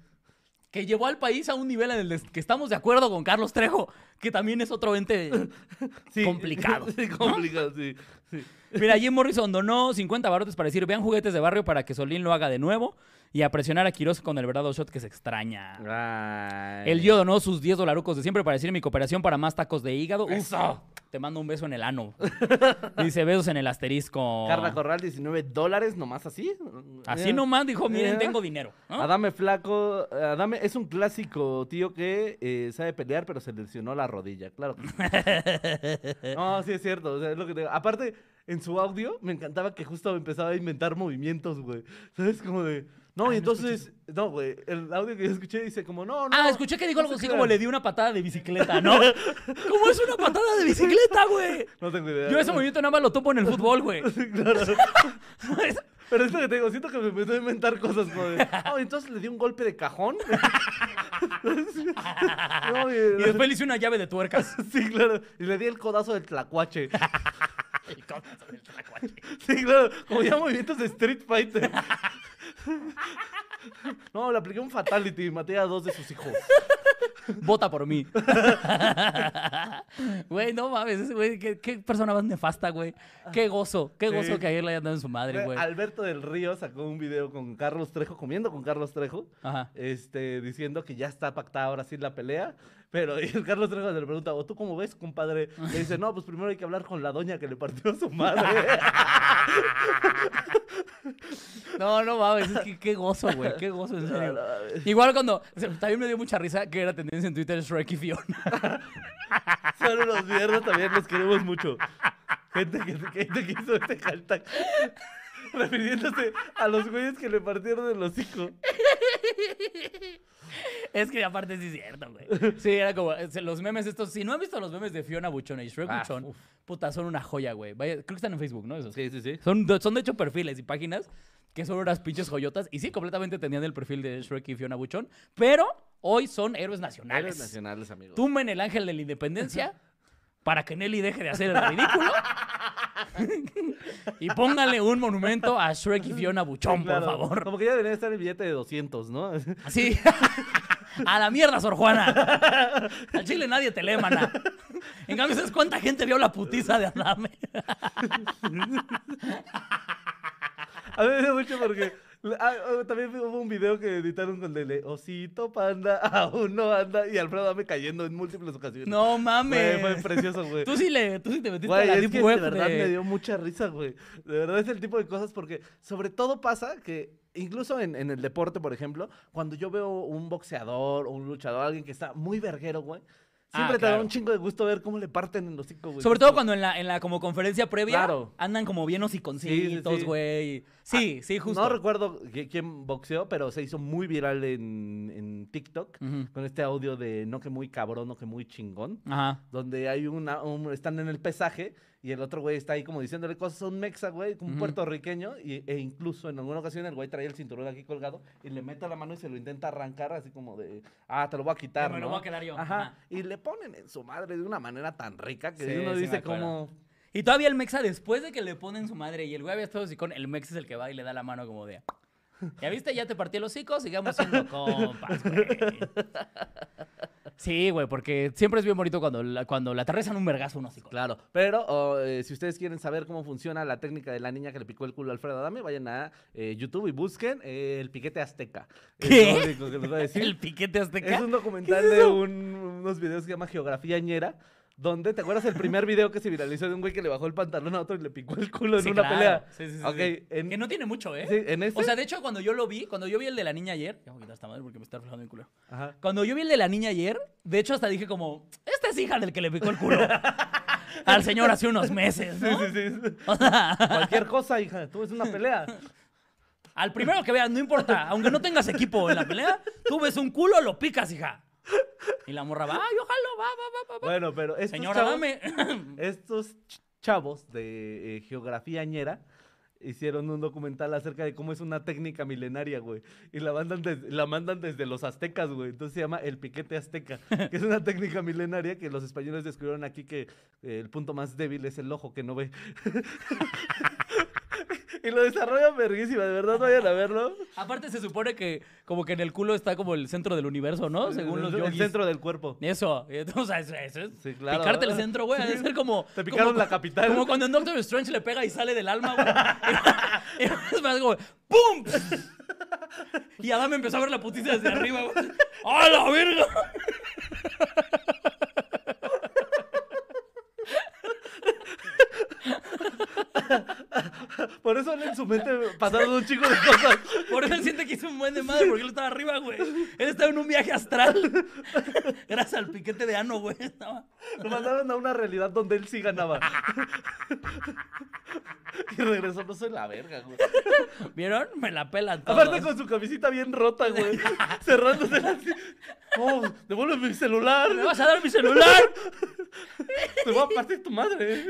B: Que llevó al país a un nivel en el des- que estamos de acuerdo con Carlos Trejo, que también es otro ente
A: Sí.
B: complicado,
A: sí, complicado, sí. sí.
B: Mira, Jim Morrison donó 50 barotes para decir, vean juguetes de barrio para que Solín lo haga de nuevo y a presionar a Quiroz con el verdadero shot que se extraña. El yo donó sus 10 dolarucos de siempre para decir mi cooperación para más tacos de hígado. Uf,
A: Eso.
B: te mando un beso en el ano. Dice besos en el asterisco.
A: Carla Corral, 19 dólares, nomás así.
B: Así
A: Mira.
B: nomás dijo, miren,
A: Eh.
B: tengo dinero. ¿no?
A: Adame Flaco, Adame es un clásico tío que eh, sabe pelear, pero se lesionó la rodilla, claro. que sí. no, sí es cierto, o sea, es lo que te digo. Aparte, en su audio me encantaba que justo empezaba a inventar movimientos, güey. ¿Sabes? Como de, No,
B: Ay,
A: y
B: Ah, no escuché
A: entonces, no, güey, el audio que yo escuché dice como, no, no.
B: Ah, escuché que dijo
A: no
B: algo
A: se
B: así
A: crean.
B: como le di una patada de bicicleta, ¿no? ¿Cómo es una patada de bicicleta, güey?
A: No tengo idea.
B: Yo ese movimiento nada más lo topo en el fútbol, güey.
A: Claro. Pero es lo que te digo, siento que me empezó a inventar cosas como de, "Ah, entonces le di un golpe de cajón. No, y-
B: Y después le hice una llave de tuercas.
A: Sí, claro. Y le di el codazo del tlacuache.
B: El codazo del tlacuache.
A: Sí, claro. Como ya movimientos de Street Fighter. No, le apliqué un fatality y maté a dos de sus hijos.
B: Vota por mí. Güey, no mames, ese güey, qué, qué persona más nefasta, güey. Qué gozo, qué
A: Sí.
B: gozo que ayer le hayan dado en su madre, güey.
A: Alberto del Río sacó un video con Carlos Trejo, comiendo con Carlos Trejo.
B: Ajá.
A: este, diciendo que ya está pactada ahora sí la pelea. Pero y el Carlos Trejo le pregunta, ¿o tú cómo ves, compadre? Le dice, no, pues primero hay que hablar con la doña que le partió a su madre.
B: No, no mames, es que qué gozo, güey, qué gozo, en serio. Igual cuando, también me dio mucha risa que era tendencia en Twitter Shrek y Fiona.
A: Son unos mierdas, también los queremos mucho. Gente que, gente que hizo este hashtag. Refiriéndose a los güeyes que le partieron el hocico.
B: Es que aparte sí es cierto, güey. Sí, era como, es- los memes estos, si no han visto los memes de Fiona Buchona y Shrek
A: Ah,
B: Buchón,
A: uf.
B: puta, son una joya, güey. Vaya, creo que están en Facebook, ¿no? Esos.
A: sí, sí.
B: Son, de- son de hecho perfiles y páginas que son unas pinches joyotas. Y sí, completamente tenían el perfil de Shrek y Fiona Buchón. Pero hoy son héroes nacionales.
A: nacionales, amigos.
B: Tumben el ángel de la independencia para que Nelly deje de hacer el ridículo. y póngale un monumento a Shrek y Fiona Buchón,
A: Claro,
B: por favor.
A: Como que ya debería estar el billete de 200, ¿no?
B: Sí. A la mierda, Sor Juana. Al Chile nadie te lee, maná. En cambio, ¿sabes cuánta gente vio la putiza de Adame?
A: A mí me dio mucho porque ah, ah, también hubo un video que editaron con el de Osito Panda, aún no anda, y Alfredo Dame cayendo en múltiples ocasiones.
B: No mames.
A: Güey, fue precioso, güey.
B: Tú sí, le, tú sí te metiste a
A: Güey,
B: la
A: es
B: deep
A: que de
B: web
A: verdad
B: de-
A: me dio mucha risa, güey. De verdad es el tipo de cosas porque sobre todo pasa que incluso en, en el deporte, por ejemplo, cuando yo veo un boxeador o un luchador, alguien que está muy verguero, güey,
B: Ah,
A: siempre te da
B: claro.
A: un chingo de gusto ver cómo le parten en los cinco, güey.
B: Sobre todo cuando en la, en la como conferencia previa
A: Pues, Claro.
B: andan como bien
A: Sí, sí,
B: hociconcitos,
A: sí. Ah,
B: güey. Sí, sí, justo.
A: No recuerdo qui- quién boxeó, pero se hizo muy viral en, en TikTok
B: Ujú.
A: con este audio de no que muy cabrón, no que muy chingón.
B: Ajá.
A: Donde hay una, un- están en el pesaje y el otro güey está ahí como diciéndole cosas a un mexa, güey, un
B: Ujú.
A: puertorriqueño. Y, e incluso en alguna ocasión el güey traía el cinturón aquí colgado y le mete la mano y se lo intenta arrancar, así como de, ah, te lo voy a quitar.
B: me lo
A: ¿no?
B: voy a quedar yo,
A: Ajá.
B: ajá.
A: Y le ponen en su madre de una manera tan rica que
B: Sí,
A: uno
B: sí me
A: dice
B: acuerdo.
A: como.
B: Y todavía el Mexa, después de que le ponen su madre y el güey había estado hocicón, el Mexa es el que va y le da la mano como de. Ya viste, ya te partí el hocico, sigamos siendo compas, güey. Sí, güey, porque siempre es bien bonito cuando, la, cuando le aterrizan un vergazo a un hocico.
A: Claro, pero oh, eh, si ustedes quieren saber cómo funciona la técnica de la niña que le picó el culo a Alfredo Adame, vayan a eh, YouTube y busquen eh, El Piquete Azteca. Es
B: ¿Qué?
A: lo único que les voy a decir.
B: El piquete azteca.
A: Es un documental de un- unos videos que se llama Geografía ñera, donde, ¿te acuerdas el primer video que se viralizó de un güey que le bajó el pantalón a otro y le picó el culo en
B: Sí,
A: una
B: claro.
A: pelea?
B: Sí, sí, sí,
A: Ok,
B: sí.
A: en,
B: Que no tiene mucho, ¿eh?
A: sí, en este. ese...
B: O sea, de hecho, cuando yo lo vi, cuando yo vi el de la niña ayer, ya voy a quitar esta madre porque me está reflejando el culo.
A: Ajá.
B: Cuando yo vi el de la niña ayer, de hecho hasta dije como, esta es hija del que le picó el culo al señor hace unos meses,
A: Sí,
B: ¿no?
A: sí, sí.
B: O sea,
A: Cualquier cosa, hija, tú es una pelea.
B: al primero que veas, no importa, aunque no tengas equipo en la pelea, tú ves un culo, lo picas, hija. Y la morra va, ay, ojalá, va, va, va, va, va.
A: Bueno, pero estos
B: Señora,
A: chavos-
B: dame.
A: estos ch- chavos de eh, geografía ñera hicieron un documental acerca de cómo es una técnica milenaria, güey. Y la mandan, des- la mandan desde los aztecas, güey. Entonces se llama el piquete azteca, que es una técnica milenaria que los españoles descubrieron aquí que eh, el punto más débil es el ojo que no ve. y lo desarrollan verguísima, de verdad vayan a verlo.
B: Aparte se supone que como que en el culo está como el centro del universo, ¿no? Según los
A: El- El
B: yogis.
A: centro del cuerpo.
B: Eso, o sea, eso, eso es.
A: Sí, claro,
B: Picarte el
A: ¿verdad?
B: centro, güey, ha de ser como.
A: Te picaron
B: como-
A: la capital.
B: Como cuando en Doctor Strange le pega y sale del alma, güey. es más como, ¡pum! Y Adam empezó a ver la putiza desde arriba, güey. ¡A la verga!
A: Por eso él en su su mente pasaron un chico de cosas.
B: Por eso él siente que hizo un buen de madre, porque él estaba arriba, güey. Él estaba en un viaje astral. Gracias al piquete de ano, güey. Estaba...
A: Lo mandaron a una realidad donde él sí ganaba. y regresó, no soy la verga, güey.
B: ¿Vieron? Me la pelan todos.
A: Aparte con su camisita bien rota, güey. Cerrándose así. Oh, devuelve mi celular.
B: ¡Me vas a dar mi celular!
A: Te voy a partir tu madre.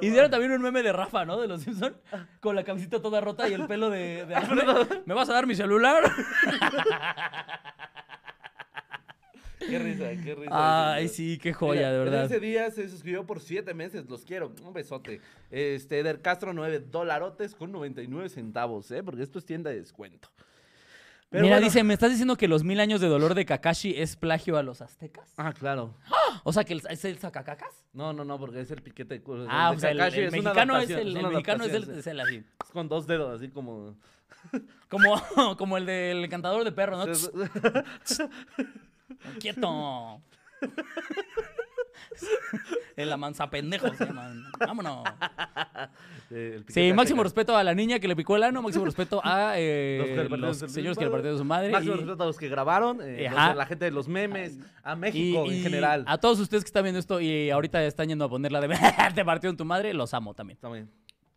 B: Hicieron también un meme de Rafa, ¿no? De los Simpsons. Con la camiseta toda rota y el pelo de... de Arne. ¿Me vas a dar mi celular?
A: Qué risa, qué risa.
B: Ay, sí, qué joya,
A: Mira,
B: de
A: en
B: verdad.
A: Ese día se suscribió por siete meses, los quiero. Un besote. Este, Eder Castro, 9 dolarotes con 99 centavos, ¿eh? Porque esto es tienda de descuento. Pero
B: Mira,
A: bueno.
B: dice, ¿me estás diciendo que los mil años de dolor de Kakashi es plagio a los aztecas?
A: Ah, claro.
B: O sea, que el- es el sacacacas.
A: No, no, no, porque es el piquete de culo.
B: Ah,
A: de
B: o sea, el,
A: Kakashi
B: el
A: es una
B: mexicano es
A: adaptación,
B: el, el
A: una
B: mexicano es el,
A: adaptación,
B: es el así.
A: es con dos dedos, así como.
B: Como, como el del cantador de perro, ¿no?
A: es-
B: ¡Quieto! el amanzapendejo se llaman. Vámonos.
A: eh, el piquete
B: Sí, máximo
A: azteca.
B: respeto a la niña que le picó el ano, máximo respeto a eh,
A: Los que le partieron
B: los
A: su-
B: señores que le partieron su madre.
A: Máximo
B: y-
A: respeto a los que grabaron, eh, los de
B: Ajá.
A: la gente de los memes, a
B: y-
A: México en
B: y
A: general.
B: A todos ustedes que están viendo esto y ahorita están yendo a ponerla de te partieron tu madre, los amo también.
A: También.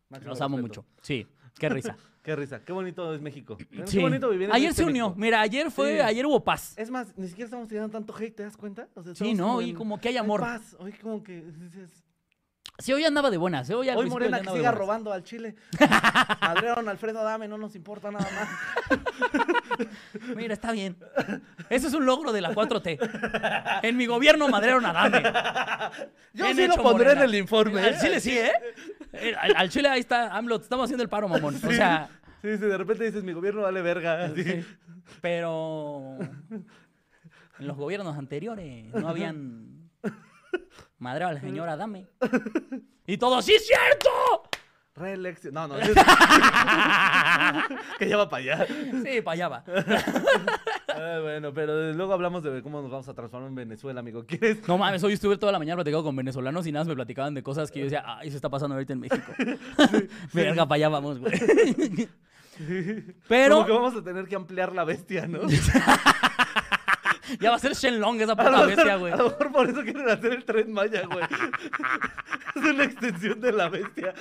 A: Máximo
B: Los amo
A: respeto.
B: mucho. Sí, qué risa.
A: Qué risa, qué bonito es México.
B: Sí.
A: Qué bonito vivir en
B: Ayer
A: este
B: se unió.
A: México.
B: Mira, ayer fue,
A: Sí.
B: ayer hubo paz.
A: Es más, ni siquiera estamos teniendo tanto hate, ¿te das cuenta? O sea,
B: Sí,
A: estamos
B: ¿no? Y
A: en-
B: como que hay amor.
A: paz, hoy como que... dices,
B: Sí, hoy andaba de buenas. ¿eh? Hoy, al
A: Hoy
B: principio
A: Morena
B: ya
A: que
B: andaba de
A: siga
B: buenas.
A: robando al Chile. Madrearon a Alfredo Adame, no nos importa nada más.
B: Mira, está bien. Eso es un logro de la 4T. En mi gobierno madrearon a Dame.
A: Yo
B: Bien
A: sí lo
B: hecho,
A: pondré
B: Morena.
A: en el informe. ¿eh?
B: Al Chile sí, ¿eh? Eh, Al, al Chile ahí está, AMLO, te estamos haciendo el paro, mamón. O sea,
A: Sí, sí, de repente dices, mi gobierno vale verga. así.
B: sí, pero en los gobiernos anteriores no habían madreado a la señora Dame. Y todo, ¡sí es cierto!
A: Reelección. No, no. que ya va para allá.
B: Sí, para allá va.
A: Ah, bueno, pero eh, luego hablamos de cómo nos vamos a transformar en Venezuela, amigo. ¿Quieres?
B: No mames, hoy estuve toda la mañana platicando con venezolanos y nada más me platicaban de cosas que yo decía, ay, se está pasando ahorita en México. Verga, para allá vamos, güey.
A: Como que
B: Pero
A: vamos a tener que ampliar la bestia, ¿no?
B: ya va a ser Shenlong esa
A: A
B: puta
A: lo, mejor,
B: bestia, güey.
A: a lo mejor por eso quieren hacer el tren maya, güey. es una extensión de la bestia.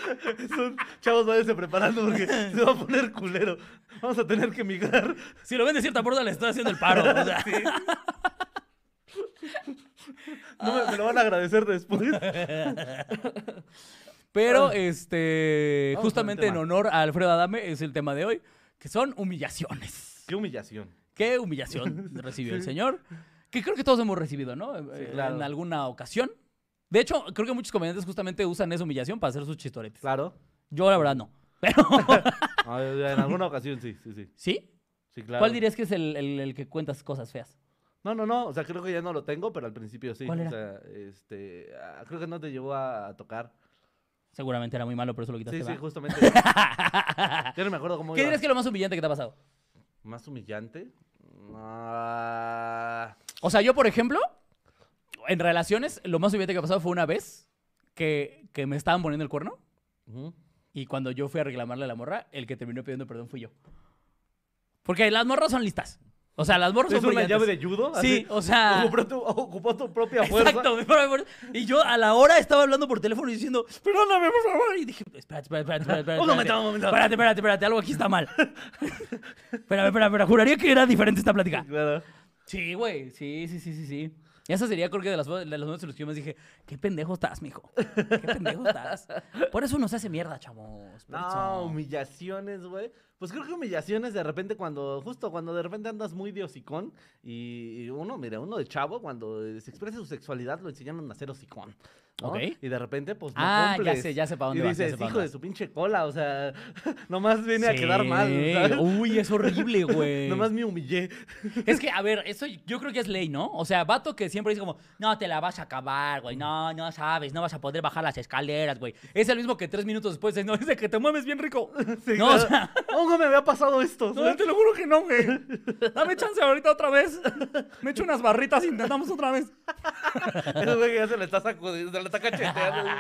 A: Son chavos, váyanse preparando porque se va a poner culero. Vamos a tener que migrar.
B: Si lo ven de cierta forma, le estoy haciendo el paro. o sea.
A: No me, me lo van a agradecer después.
B: Pero, este,
A: Vamos
B: justamente
A: con
B: en
A: el tema.
B: honor a Alfredo Adame es el tema de hoy, que son humillaciones.
A: Qué humillación.
B: ¿Qué humillación recibió el señor? Que creo que todos hemos recibido, ¿no? Eh,
A: claro.
B: En alguna ocasión. De hecho, creo que muchos comediantes justamente usan esa humillación para hacer sus chistoretes.
A: Claro.
B: Yo, la verdad, no. Pero,
A: Ah, En alguna ocasión, sí, sí, sí.
B: ¿sí?
A: Sí, claro.
B: ¿Cuál dirías que es el, el- el que cuentas cosas feas?
A: No, no, no. O sea, creo que ya no lo tengo, pero al principio sí.
B: ¿Cuál era?
A: O sea, este. ah, Creo que no te llevó a, a tocar.
B: Seguramente era muy malo, por eso lo quitaste.
A: Sí, sí,
B: ¿va?
A: justamente. Yo no me acuerdo cómo
B: ¿Qué
A: iba.
B: dirías que es lo más humillante que te ha pasado?
A: ¿Más humillante? Ah,
B: O sea, yo, por ejemplo, en relaciones, lo más humillante que ha pasado fue una vez que, que me estaban poniendo el cuerno
A: ujú.
B: y cuando yo fui a reclamarle a la morra, el que terminó pidiendo perdón fui yo. Porque las morras son listas. O sea, las morras
A: ¿Es
B: son
A: una llave
B: brillantes.
A: de judo?
B: Sí, o sea...
A: Ocupó tu, ocupó tu propia fuerza.
B: Exacto, mi propia fuerza. Y yo a la hora estaba hablando por teléfono y diciendo, perdóname, por favor. Y dije, espérate, espérate, espérate, espérate. espérate
A: Un momento, un momento.
B: Espérate, espérate, espérate, algo aquí está mal. espérame, espérame, espérame. Juraría que era diferente esta plática.
A: Claro.
B: Sí, güey. Sí, sí, sí, sí, sí. Y esa sería, creo que, de las, de las momentos en los que yo me dije, qué pendejo estás, mijo. Qué pendejo estás. Por eso no se hace mierda, chamos. Por
A: No,
B: eso.
A: humillaciones, güey. Pues creo que humillaciones de repente cuando, justo cuando de repente andas muy de hocicón y, y uno, mira, uno de chavo cuando eh, se expresa su sexualidad lo enseñaron a ser hocicón. ¿no?
B: Ok.
A: Y de repente, pues no
B: Ah, ya
A: cumples.
B: sé, ya sé para
A: Y
B: dónde vas. ya sé
A: dices,
B: pa'
A: hijo
B: dónde
A: de su pinche cola, o sea, nomás viene a
B: Sí.
A: quedar mal, ¿sabes?
B: Uy, es horrible, güey.
A: Nomás me humillé.
B: Es que, a ver, eso yo creo que es ley, ¿no? O sea, vato que siempre dice como, no, te la vas a acabar, güey, no, no sabes, no vas a poder bajar las escaleras, güey. Es el mismo que tres minutos después dice, no, es de que te mueves bien rico.
A: Sí,
B: no, o
A: claro.
B: sea,
A: Oh, no me había pasado esto.
B: no, te lo juro que no, güey. Dame chance ahorita otra vez. Me echo unas barritas y intentamos otra vez.
A: Es güey que ya se le está sacudiendo. la está cacheteando.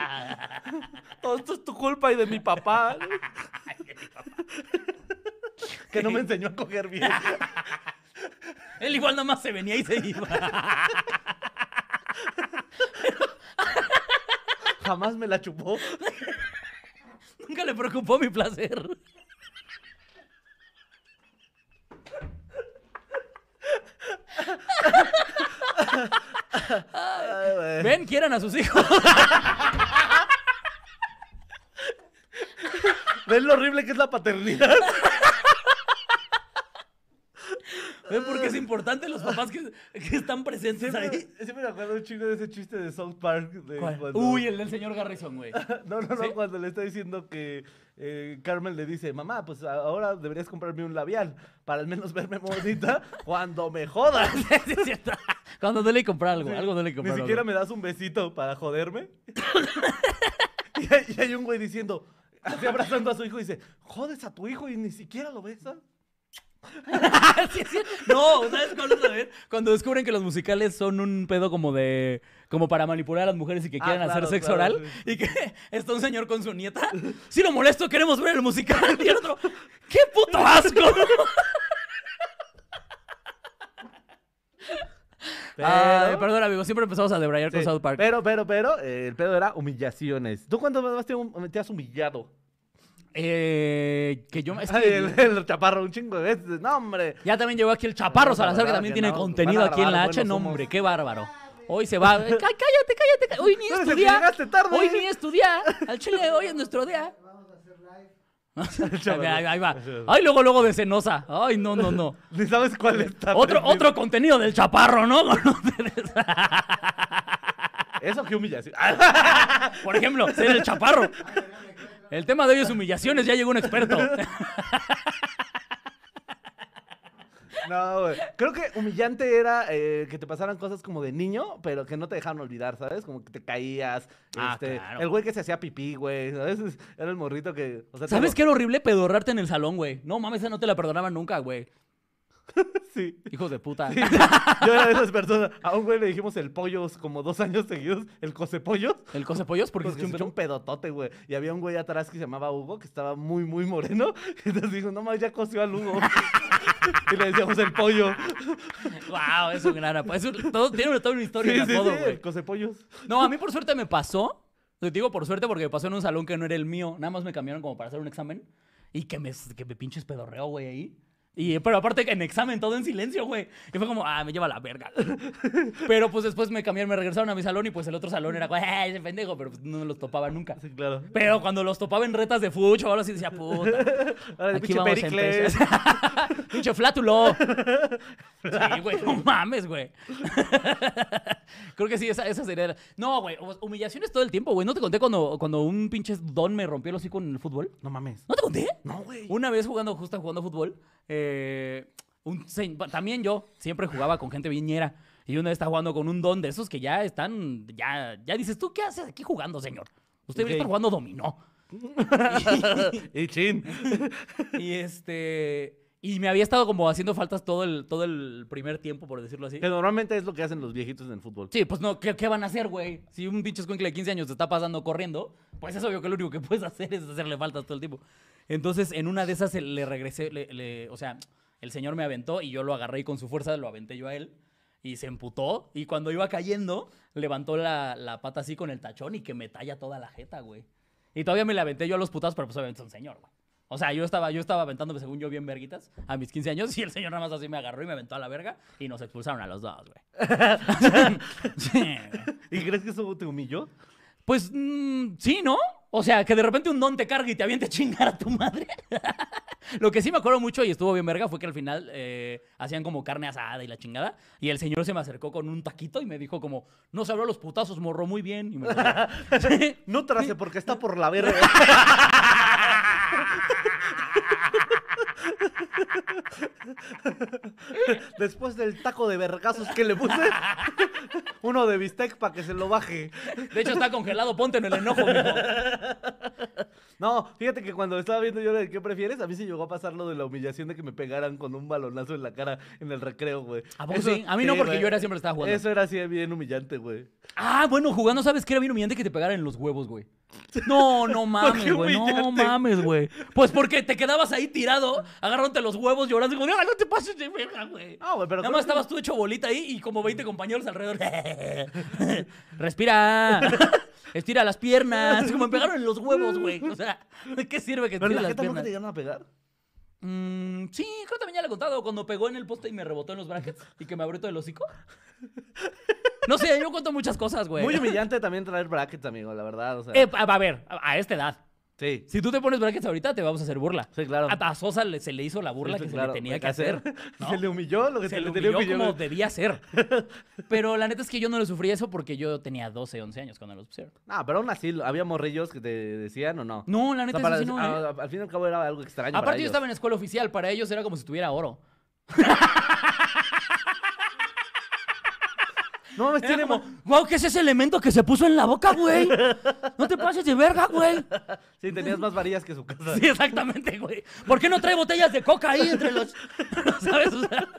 A: Todo esto es tu culpa y de mi papá. que no me enseñó a coger bien.
B: Él igual nada más se venía y se iba.
A: Jamás me la chupó.
B: Nunca le preocupó mi placer.
A: Ay, güey.
B: Ven, quieran a sus hijos.
A: ¿Ves lo horrible que es la paternidad?
B: Ven porque es importante los papás que, que están presentes
A: Siempre,
B: ahí.
A: siempre me acuerdo un chingo de ese chiste de South Park. De
B: ¿Cuál?
A: cuando-
B: Uy, el del señor Garrison, güey.
A: No, no, no,
B: ¿Sí?
A: cuando le está diciendo que eh, Carmen le dice, mamá, pues a- ahora deberías comprarme un labial para al menos verme bonita cuando me jodas.
B: Sí, es cierto. Cuando no le comprar algo,
A: Sí.
B: algo no le comprar
A: Ni siquiera me das un besito para joderme. y, hay, y hay un güey diciendo, así abrazando a su hijo y dice, jodes a tu hijo y ni siquiera lo besas.
B: No, ¿sabes cuál es la ver? Cuando descubren que los musicales son un pedo como de. como para manipular a las mujeres y que
A: Ah,
B: quieran hacer
A: claro,
B: sexo
A: claro,
B: oral. Y que está un señor con su nieta. Si lo molesto, queremos ver el musical. Y el otro. ¡Qué puto asco! Ay, Ah, perdón, amigo, siempre empezamos a debrayar
A: sí,
B: con South Park.
A: pero, pero, pero, eh, el pedo era humillaciones. ¿Tú cuántas veces te, hum- te has humillado?
B: Eh, que yo me. es que-
A: Ay, el, el chaparro, un chingo de veces. No, hombre.
B: Ya también llegó aquí el Chaparro
A: Vamos a
B: Salazar, que
A: grabar,
B: también
A: que
B: tiene
A: no,
B: contenido
A: van a
B: aquí en la
A: grabar
B: H.
A: buenos
B: No, hombre,
A: humos.
B: qué bárbaro. Hoy se va. Cá- Cállate, cállate, cállate. Hoy ni
A: Tú eres el que
B: estudiar.
A: llegaste tarde.
B: Hoy ni estudiar. Al chile, hoy es nuestro día. Vamos a hacer live. ahí, va, ahí va. Ay, luego, luego de cenosa. Ay, no, no, no.
A: Ni sabes cuál está.
B: Otro,
A: prendido.
B: otro contenido del chaparro, ¿no?
A: Eso qué humillación.
B: Por ejemplo, ser el chaparro. El tema de hoy es humillaciones, ya llegó un experto.
A: No, güey. Creo que humillante era eh, que te pasaran cosas como de niño, pero que no te dejaban olvidar, ¿sabes? Como que te caías.
B: Ah,
A: este,
B: claro.
A: El güey que se hacía pipí, güey. ¿Sabes? Es- Era el morrito que. O sea, te
B: ¿Sabes
A: lo-
B: qué era horrible pedorrarte en el salón, güey? No mames, esa no te la perdonaban nunca, güey.
A: Sí.
B: Hijos de puta.
A: Sí, sí. Yo era de esas personas. A un güey le dijimos el pollos como dos años seguidos, el cosepollos.
B: El cosepollos porque
A: Porque
B: es
A: se echó un pedotote, güey. Y había un güey atrás que se llamaba Hugo, que estaba muy, muy moreno. Y entonces dijo, no mames, ya coció al Hugo. y le decíamos el pollo.
B: Wow, es un gran apodo. Es un- todo- tiene toda una historia
A: Sí,
B: de
A: sí,
B: apodo,
A: sí,
B: güey.
A: el cosepollos.
B: No, a mí por suerte me pasó. Te digo por suerte porque me pasó en un salón que no era el mío. Nada más me cambiaron como para hacer un examen. Y que me, que me pinches pedorreo, güey, ahí. Y, pero aparte que en examen, todo en silencio, güey. Y fue como, ah, me lleva la verga. pero pues después me cambiaron, me regresaron a mi salón y pues el otro salón era, güey, ese pendejo, pero pues no me los topaba nunca.
A: Sí, claro.
B: Pero cuando los topaba en retas de fucho o algo así, decía, puta,
A: Ahora, el
B: aquí
A: pinche
B: vamos a
A: Pericles.
B: empezar. pinche flátulo. Sí, güey, no mames, güey. Creo que sí, esa, esa sería. la- No, güey, hum- humillaciones todo el tiempo, güey. ¿No te conté cuando, cuando un pinche don me rompió el hocico en el fútbol?
A: No mames.
B: ¿No te conté?
A: No, güey.
B: Una vez jugando, justo jugando fútbol, eh, un se- también yo siempre jugaba con gente viñera. Y una vez estaba jugando con un don de esos que ya están, ya, ya dices, ¿tú qué haces aquí jugando, señor? Usted debería
A: Ok.
B: estar jugando dominó.
A: y chin.
B: Y este. Y me había estado como haciendo faltas todo el, todo el primer tiempo, por decirlo así.
A: Que normalmente es lo que hacen los viejitos en el fútbol.
B: Sí, pues no, ¿qué, qué van a hacer, güey? Si un pinche escuincle de 15 años te está pasando corriendo, pues es obvio que lo único que puedes hacer es hacerle faltas todo el tiempo. Entonces, en una de esas eh, le regresé, le- le- o sea, el señor me aventó y yo lo agarré y con su fuerza lo aventé yo a él. Y se emputó y cuando iba cayendo, levantó la, la pata así con el tachón y que me talla toda la jeta, güey. Y todavía me la aventé yo a los putados, pero pues obviamente es un señor, güey. O sea, yo estaba, yo estaba aventándome, según yo, bien verguitas a mis 15 años y el señor nada más así me agarró y me aventó a la verga y nos expulsaron a los dos, güey. Sí, güey.
A: ¿Y crees que eso te humilló?
B: pues mm, sí, ¿no? O sea, que de repente un don te cargue y te aviente a chingar a tu madre. Lo que sí me acuerdo mucho y estuvo bien verga fue que al final eh, hacían como carne asada y la chingada. Y el señor se me acercó con un taquito y me dijo como, no sabrá los putazos, morró muy bien. Y me lo dio. Sí.
A: No trace porque está por la verga. Después del taco de vergazos que le puse, uno de bistec para que se lo baje.
B: De hecho, está congelado. Ponte en el enojo, mijo.
A: No, fíjate que cuando estaba viendo yo de qué prefieres, a mí se llegó a pasar lo de la humillación de que me pegaran con un balonazo en la cara en el recreo, güey.
B: ¿A poco sí? A mí no, porque
A: güey.
B: yo era- siempre estaba jugando.
A: Eso era así bien humillante, güey.
B: Ah, bueno, jugando, ¿sabes qué era bien humillante que te pegaran en los huevos, güey? No, no mames, güey. No
A: humillante?
B: mames, güey. Pues porque te quedabas ahí tirado, agarrándote los huevos, llorando y como, "Ah, no te pases de verga, güey.
A: Ah, güey, pero
B: Nada
A: creo
B: más
A: que-
B: estabas tú hecho bolita ahí y como
A: Mm.
B: 20 compañeros alrededor. Respira. Estira las piernas. Como me pegaron en los huevos, güey. O sea, ¿de qué sirve que
A: ¿Pero
B: estires
A: en la
B: las
A: jeta
B: piernas?
A: nunca te llegaron a pegar?
B: Mm, sí, creo que también ya lo he contado. Cuando pegó en el poste y me rebotó en los brackets y que me abrió todo el hocico. No sé, yo cuento muchas cosas, güey.
A: Muy humillante también traer brackets, amigo, la verdad, o sea.
B: Eh, a, a ver, a, a esta edad.
A: sí.
B: Si tú te pones brackets ahorita, te vamos a hacer burla.
A: Sí, claro.
B: A, a Sosa le- se le hizo la burla
A: Sí,
B: que
A: claro,
B: se le tenía que
A: ¿qué
B: hacer. ¿no?
A: Se le humilló lo que se,
B: Se
A: le
B: lo
A: tenía
B: humilló
A: humilló.
B: como debía ser. Pero la neta es que yo no le sufrí eso porque yo tenía 12, 11 años cuando lo pusieron.
A: Ah, pero aún así, había morrillos que te decían o no.
B: No, la
A: O sea,
B: neta
A: para-
B: es que sí no, ¿eh?
A: a- a- al fin y al cabo era algo extraño. para
B: Aparte yo
A: ellos.
B: estaba en escuela oficial, para ellos era como si tuviera oro.
A: No mames,
B: Era
A: tiene
B: como,
A: mo-
B: wow, ¿qué es ese elemento que se puso en la boca, güey? No te pases de verga, güey.
A: Sí, tenías más varillas que su casa.
B: Sí, exactamente, güey. ¿Por qué no trae botellas de coca ahí entre los... ¿Sabes? O sea...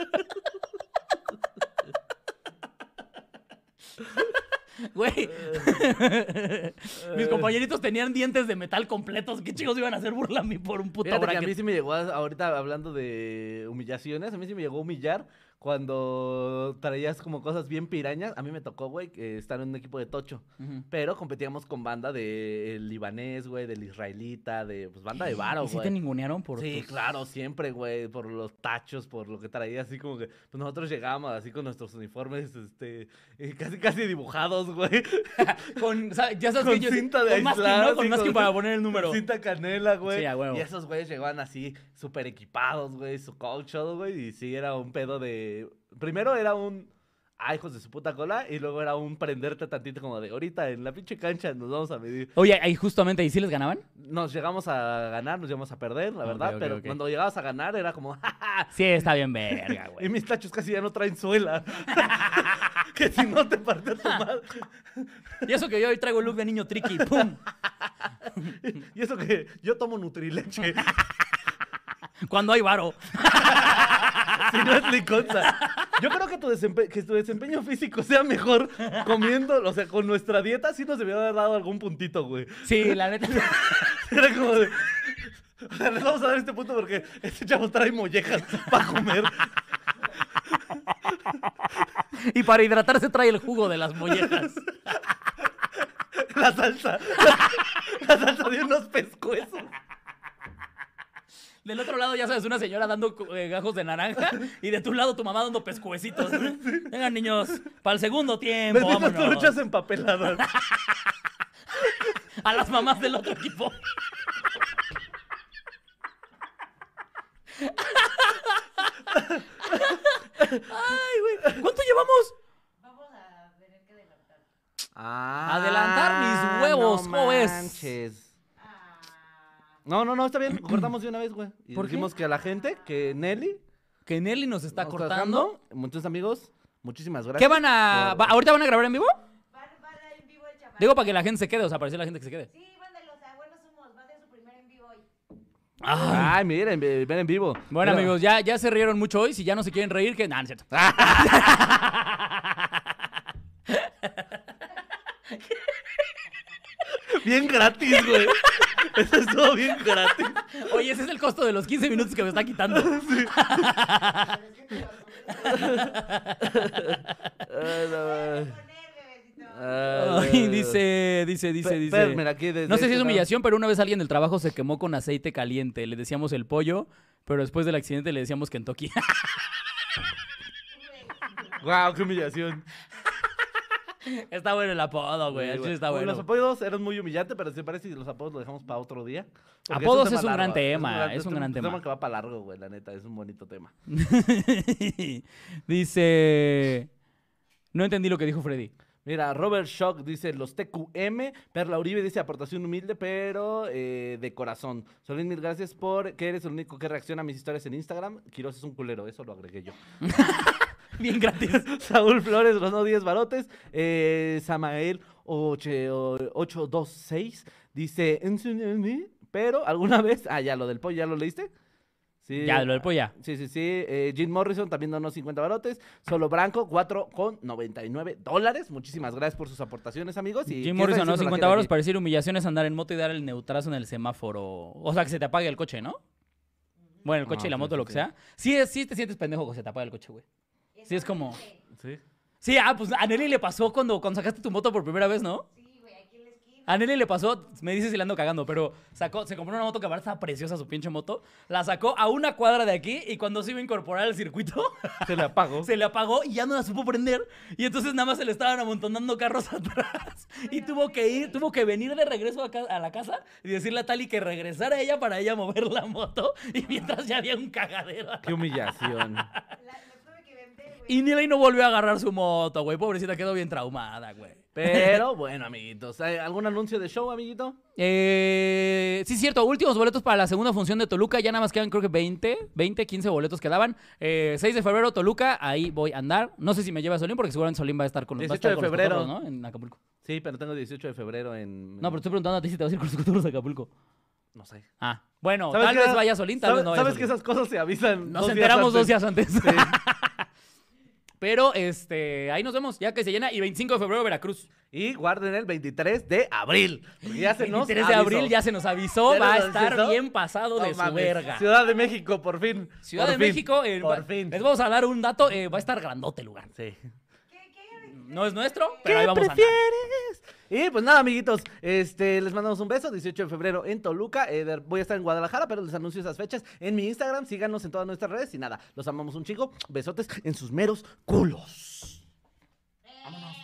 B: Güey, mis compañeritos tenían dientes de metal completos. ¿Qué chicos iban a hacer burla a mí por un puto
A: Fíjate que a
B: bracket?
A: mí sí me llegó, a- ahorita hablando de humillaciones, a mí sí me llegó a humillar cuando traías como cosas bien pirañas. A mí me tocó, güey, que estar en un equipo de tocho.
B: Ujú.
A: Pero competíamos con banda del libanés, güey, del israelita, de pues banda de varo,
B: ¿Y si
A: güey.
B: te ningunearon por
A: sí,
B: tus-
A: claro, siempre, güey, por los tachos, por lo que traía, así como que pues nosotros llegábamos así con nuestros uniformes, este, eh, casi casi dibujados, güey.
B: Con, sa- ya sabes
A: Con
B: que yo-
A: cinta de
B: con más que
A: aislar,
B: no, con
A: así
B: más que
A: con-
B: para poner el número.
A: Cinta canela, güey.
B: Sí, a huevo.
A: Y esos güeyes llegaban así, súper equipados, güey, su coach, güey, y sí, era un pedo de... Primero era un... Ah, hijos de su puta cola, y luego era un prenderte tantito como de ahorita en la pinche cancha nos vamos a medir.
B: Oye, ahí justamente ahí sí les ganaban.
A: Nos llegamos a ganar, nos llegamos a perder, la
B: Ok,
A: verdad,
B: ok,
A: pero
B: ok.
A: cuando llegabas a ganar era como, "Ja, ja,
B: Sí, está bien verga,
A: Ah. y
B: güey.
A: mis tachos casi ya no traen suela. que si no te partes tu madre.
B: Y eso que yo hoy traigo look de niño tricky, pum.
A: Y eso que yo tomo Nutrileche,
B: Cuando hay varo.
A: si no es liconza. Yo creo que tu, desempe- que tu desempeño físico sea mejor comiendo, o sea, con nuestra dieta sí nos debió haber dado algún puntito, güey.
B: Sí, la neta.
A: Era como de. O sea, les vamos a dar este punto porque este chavo trae mollejas para comer.
B: Y para hidratarse trae el jugo de las mollejas.
A: La salsa. La, salsa de unos pescuezos.
B: Del otro lado, ya sabes, una señora dando eh, gajos de naranja. Y de tu lado, tu mamá dando pescuecitos. Vengan, niños, para el segundo tiempo.
A: Benditas
B: Vámonos.
A: truchas empapeladas.
B: A las mamás del otro equipo. Ay, güey. ¿Cuánto llevamos?
C: Vamos a tener que adelantar.
B: Adelantar mis huevos,
A: Ah, no
B: joves.
A: manches.
C: Ah,
A: No, no, no, está bien. Cortamos de una vez, güey. Y
B: ¿Por qué?
A: dijimos que a la gente, que Nelly.
B: Que Nelly nos está
A: nos
B: cortando.
A: Muchos amigos, muchísimas gracias.
B: ¿Qué van a. va- ¿Ahorita van a grabar en vivo?
C: van, van a en vivo el chaval.
B: Digo para que la gente se quede, o sea, para decir a la gente que se quede.
C: Sí, mándalos a Buenos Humos. Va a ser su primer en vivo hoy.
B: Ah,
A: Ay, miren, ve- ven en vivo.
B: Bueno,
A: Mira.
B: amigos, ya, ya se rieron mucho hoy. Si ya no se quieren reír, que. Nah, no es cierto.
A: Bien gratis, güey. Eso estuvo bien gratis.
B: Oye, ese es el costo de los 15 minutos que me está quitando. Ah.
A: Ay, no, ay.
C: Poner, bebecito.
B: Ah.
A: Ay,
B: Ay,
A: ay,
B: dice, dice, dice,
A: Pe-
B: dice.
A: Fer, mira, aquí desde
B: No sé si
A: este
B: es
A: lado.
B: humillación, pero una vez alguien del trabajo se quemó con aceite caliente. Le decíamos el pollo, pero después del accidente le decíamos Kentucky.
A: ay. Guau, qué humillación.
B: está bueno el apodo, güey. al chile está
A: Uy, Los
B: bueno.
A: apodos eran muy humillantes, pero se parece si los apodos los dejamos para otro día. Porque
B: Apodos es
A: tema
B: un gran
A: largo,
B: tema, es un gran tema.
A: Es un que va para largo, güey, la neta, es un bonito tema.
B: dice. No entendí lo que dijo Freddy.
A: Mira, Robert Shock dice los TQM, Perla Uribe dice aportación humilde, pero eh, de corazón. Solín, mil gracias por que eres el único que reacciona a mis historias en Instagram. Quiroz es un culero, eso lo agregué yo.
B: Bien gratis.
A: Saúl Flores, Ronaldo 10 Barotes, eh, Samael oche- o- 826 dice, "Enséñame", pero alguna vez, ah, ya lo del pollo, ¿ya lo leíste? Sí. Ah,
B: Ya, lo del pollo ya.
A: Sí, sí, sí. Eh, Jim Morrison también donó 50 barotes. Solo Branco, 4 con 99 dólares. Muchísimas gracias por sus aportaciones, amigos. Y
B: Jim
A: ¿quién
B: Morrison,
A: sabe si
B: ¿no?
A: nos la
B: 50
A: quiere
B: baros
A: decir?
B: para decir humillaciones, andar en moto y dar el neutrazo en el semáforo. O sea, que se te apague el coche, ¿no? Bueno, el coche
A: Ah,
B: y la
A: sí,
B: moto,
A: sí,
B: lo que
A: sí.
B: sea. Sí, es- sí te sientes pendejo que se te apague el coche, güey. Sí, es como-
C: horrible.
A: Sí.
B: Sí, ah, pues a Nelly le pasó cuando, cuando sacaste tu moto por primera vez, ¿no?
C: Sí, güey, aquí en la esquina.
B: A Nelly le pasó, me dices si la ando cagando, pero sacó, se compró una moto que aparte estaba preciosa su pinche moto. La sacó a una cuadra de aquí y cuando se iba a incorporar al circuito,
A: Se le apagó.
B: se le apagó y ya no la supo prender. Y entonces nada más se le estaban amontonando carros atrás. Y tuvo que ir, tuvo que venir de regreso a, ca- a la casa y decirle a Tali que regresara ella para ella mover la moto. Y mientras ya había un cagadero.
A: Qué humillación.
C: La, la tuve que vender, güey.
B: Y Nelly no volvió a agarrar su moto, güey. Pobrecita quedó bien traumada, güey.
A: Pero bueno, amiguitos. ¿hay ¿Algún anuncio de show, amiguito?
B: Eh, sí, cierto. Últimos boletos para la segunda función de Toluca. Ya nada más quedan, creo que 20, 20, 15 boletos quedaban. Eh, 6 de febrero, Toluca. Ahí voy a andar. No sé si me lleva Solín, porque seguramente Solín va a estar con los va a
A: 18
B: estar
A: de
B: con los
A: febrero.
B: cotorros, ¿no? En Acapulco.
A: Sí, pero tengo 18 de febrero en.
B: No, pero estoy preguntando a ti si te vas a ir con los cotorros a Acapulco.
A: No sé.
B: Ah, bueno, tal
A: qué?
B: vez vaya Solín, tal
A: ¿Sabe-
B: vez no vaya
A: ¿Sabes que
B: Solín.
A: esas cosas se avisan?
B: Nos
A: dos días
B: enteramos dos
A: antes?
B: días antes. Pero, este, ahí nos vemos, ya que se llena. Y 25 de febrero, Veracruz.
A: Y guarden el 23 de abril. porque Ya se nos
B: 23 de
A: avisó.
B: abril ya se nos avisó,
A: ¿Ya
B: va a
A: nos
B: estar
A: avisó?
B: bien pasado
A: No
B: de su
A: mames.
B: verga.
A: Ciudad de México, por fin.
B: Ciudad
A: Por
B: de
A: fin.
B: México, eh, va-
A: Por fin.
B: les vamos a dar un dato, eh, va a estar grandote el lugar.
A: Sí.
C: ¿Qué, qué hay ahorita?
B: No es nuestro,
A: ¿Qué
B: pero ahí vamos a andar.
A: prefieres? Y pues nada, amiguitos, este, les mandamos un beso, 18 de febrero en Toluca. eh, de- voy a estar en Guadalajara, pero les anuncio esas fechas en mi Instagram. Síganos en todas nuestras redes y nada, los amamos un chico. Besotes en sus meros culos.
C: Vámonos.